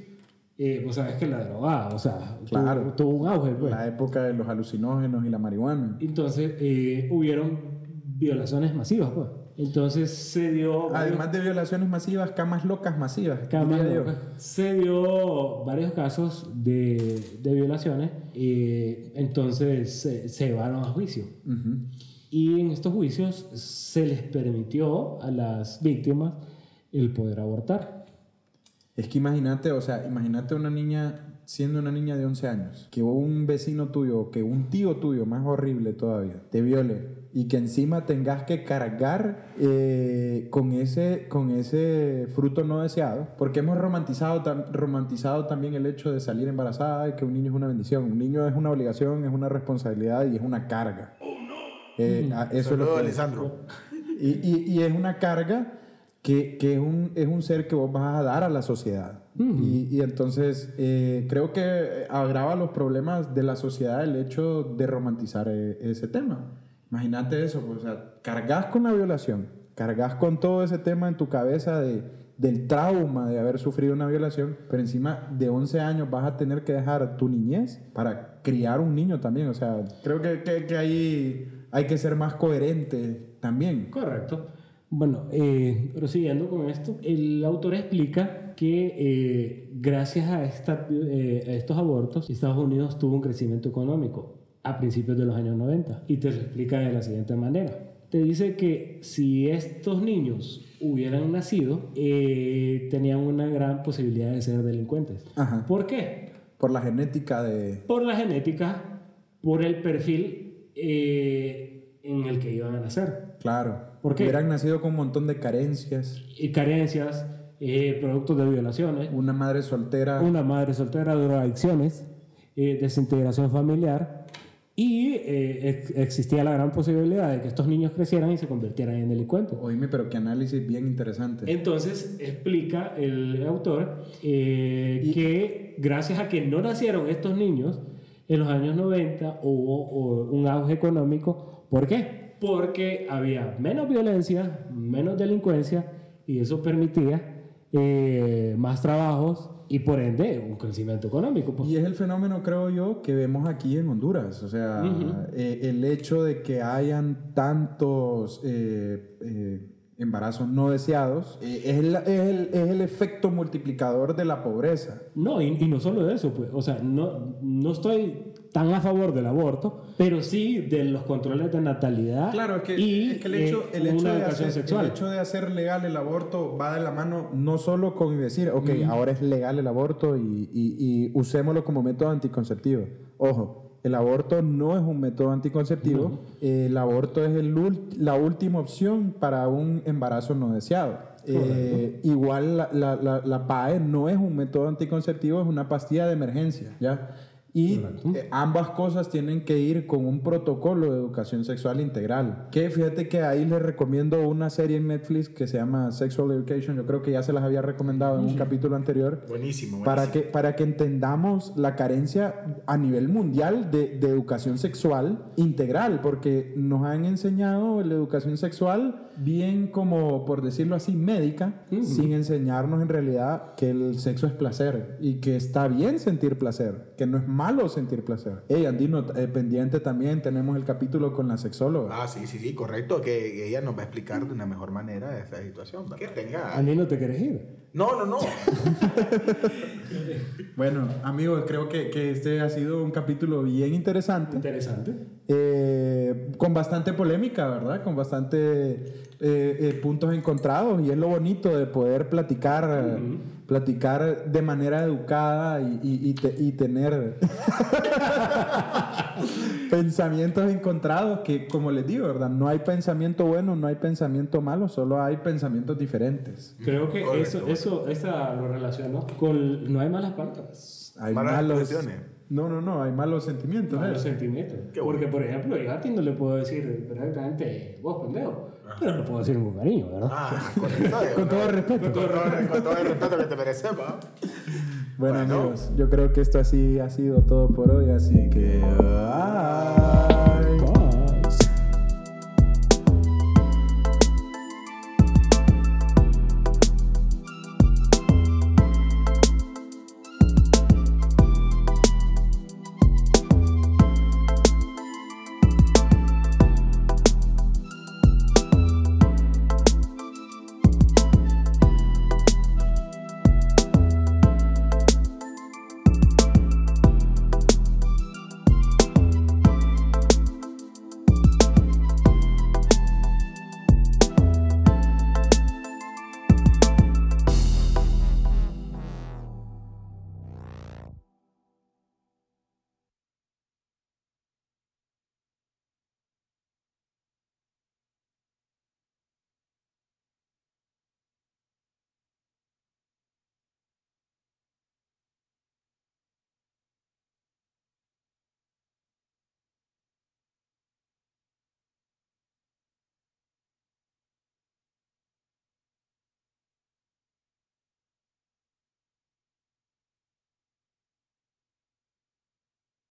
eh, vos sabes que la droga, o sea, tuvo-
Claro.
tuvo, un auge. Pues.
La época de los alucinógenos y la marihuana.
Entonces, eh, hubieron violaciones masivas, pues. Entonces se dio.
Además de violaciones masivas, camas locas masivas.
Camas
diría yo.
locas. se dio varios casos de, de violaciones. eh, entonces se, se llevaron a juicio.
Ujú.
Y en estos juicios se les permitió a las víctimas el poder abortar.
Es que imagínate, o sea, imagínate una niña siendo una niña de 11 años, que un vecino tuyo, que un tío tuyo, más horrible todavía, te viole y que encima tengas que cargar eh, con, ese, con ese fruto no deseado, porque hemos romantizado, tam- romantizado también el hecho de salir embarazada y que un niño es una bendición, un niño es una obligación, es una responsabilidad y es una carga. Eh, a- eso es lo
Saludos,
que
Lisandro.
y, y- y es una carga que, que es, un, es un ser que vos vas a dar a la sociedad. y, y entonces eh, creo que agrava los problemas de la sociedad el hecho de romantizar eh, ese tema. Imagínate eso, pues, o sea, cargas con la violación, cargas con todo ese tema en tu cabeza de, del trauma de haber sufrido una violación, pero encima de 11 años vas a tener que dejar tu niñez para criar un niño también. O sea, creo que, que, que ahí hay que ser más coherente también.
Correcto. Bueno, eh, prosiguiendo con esto, el autor explica que eh, gracias a, esta- eh, a estos abortos, Estados Unidos tuvo un crecimiento económico a principios de los años 90. Y te lo explica de la siguiente manera. Te dice que si estos niños hubieran nacido, eh, tenían una gran posibilidad de ser delincuentes.
Ajá.
¿Por qué?
Por la genética de...
por la genética, por el perfil eh, en el que iban a nacer.
Claro.
¿Por qué?
Hubieran nacido con un montón de carencias.
Y carencias, eh, productos de violaciones,
Una madre soltera.
una madre soltera, drogadicciones, eh, desintegración familiar. Y eh, ex- existía la gran posibilidad de que estos niños crecieran y se convirtieran en delincuentes.
Oíme, pero qué análisis bien interesante.
Entonces explica el autor eh, que gracias a que no nacieron estos niños, en los años 90 hubo o, un auge económico. ¿Por qué? Porque había menos violencia, menos delincuencia y eso permitía eh, más trabajos y por ende un crecimiento económico. pues.
Y es el fenómeno, creo yo, que vemos aquí en Honduras. O sea, eh, el hecho de que hayan tantos eh, eh, embarazos no deseados eh, es, la- es el, es el efecto multiplicador de la pobreza.
No, y, y no solo de eso, pues, o sea, no, no estoy tan a favor del aborto, pero sí de los controles de natalidad
Claro, es que,
y
es que el,
eh,
hecho, el, hecho
una
de
educación
hacer,
sexual.
el hecho de hacer legal el aborto va de la mano no solo con decir, ok,
Mm.
ahora es legal el aborto y, y- y usémoslo como método anticonceptivo. Ojo, el aborto no es un método anticonceptivo, el aborto es el ult- la última opción para un embarazo no deseado. Eh, igual la, la, la- la PAE no es un método anticonceptivo, es una pastilla de emergencia, ¿ya? Y
Correcto.
eh, ambas cosas tienen que ir con un protocolo de educación sexual integral. Que fíjate que ahí les recomiendo una serie en Netflix que se llama Sexual Education. Yo creo que ya se las había recomendado en un capítulo anterior.
Buenísimo, buenísimo.
Para que, para que entendamos la carencia a nivel mundial de, de educación sexual integral, porque nos han enseñado la educación sexual bien como, por decirlo así, médica, sin enseñarnos en realidad que el sexo es placer y que está bien sentir placer, que no es malo sentir placer. Hey, Andino, eh, pendiente también tenemos el capítulo con la sexóloga.
Ah, sí, sí, sí, correcto, que ella nos va a explicar de una mejor manera esa situación. ¿verdad? Que tenga...
Andy, no te querés ir.
No, no, no.
Bueno, amigos, creo que, que este ha sido un capítulo bien interesante.
Interesante.
Eh, con bastante polémica, ¿verdad? Con bastante eh, eh, puntos encontrados y es lo bonito de poder platicar, platicar de manera educada y, y- y te- y tener [laughs] pensamientos encontrados que, como les digo, ¿verdad? No hay pensamiento bueno, no hay pensamiento malo, solo hay pensamientos diferentes.
Creo que
Correcto,
eso,
bueno.
eso esa lo relaciono con. No hay malas palabras.
Hay
Malas
malos,
expresiones.
no, no, no, hay malos sentimientos. ¿eh?
Malos sentimientos.
Qué
Porque,
bueno.
por ejemplo, yo a ti no le puedo decir perfectamente vos, pendejo. Pero lo puedo decir con cariño, ¿verdad?
Ah, correcto.
[laughs] Con todo respeto.
Con todo, con todo el respeto que te mereces, ¿va?
Bueno,
Bueno.
amigos, yo creo que esto así ha sido todo por hoy, así que... ah.
Ah,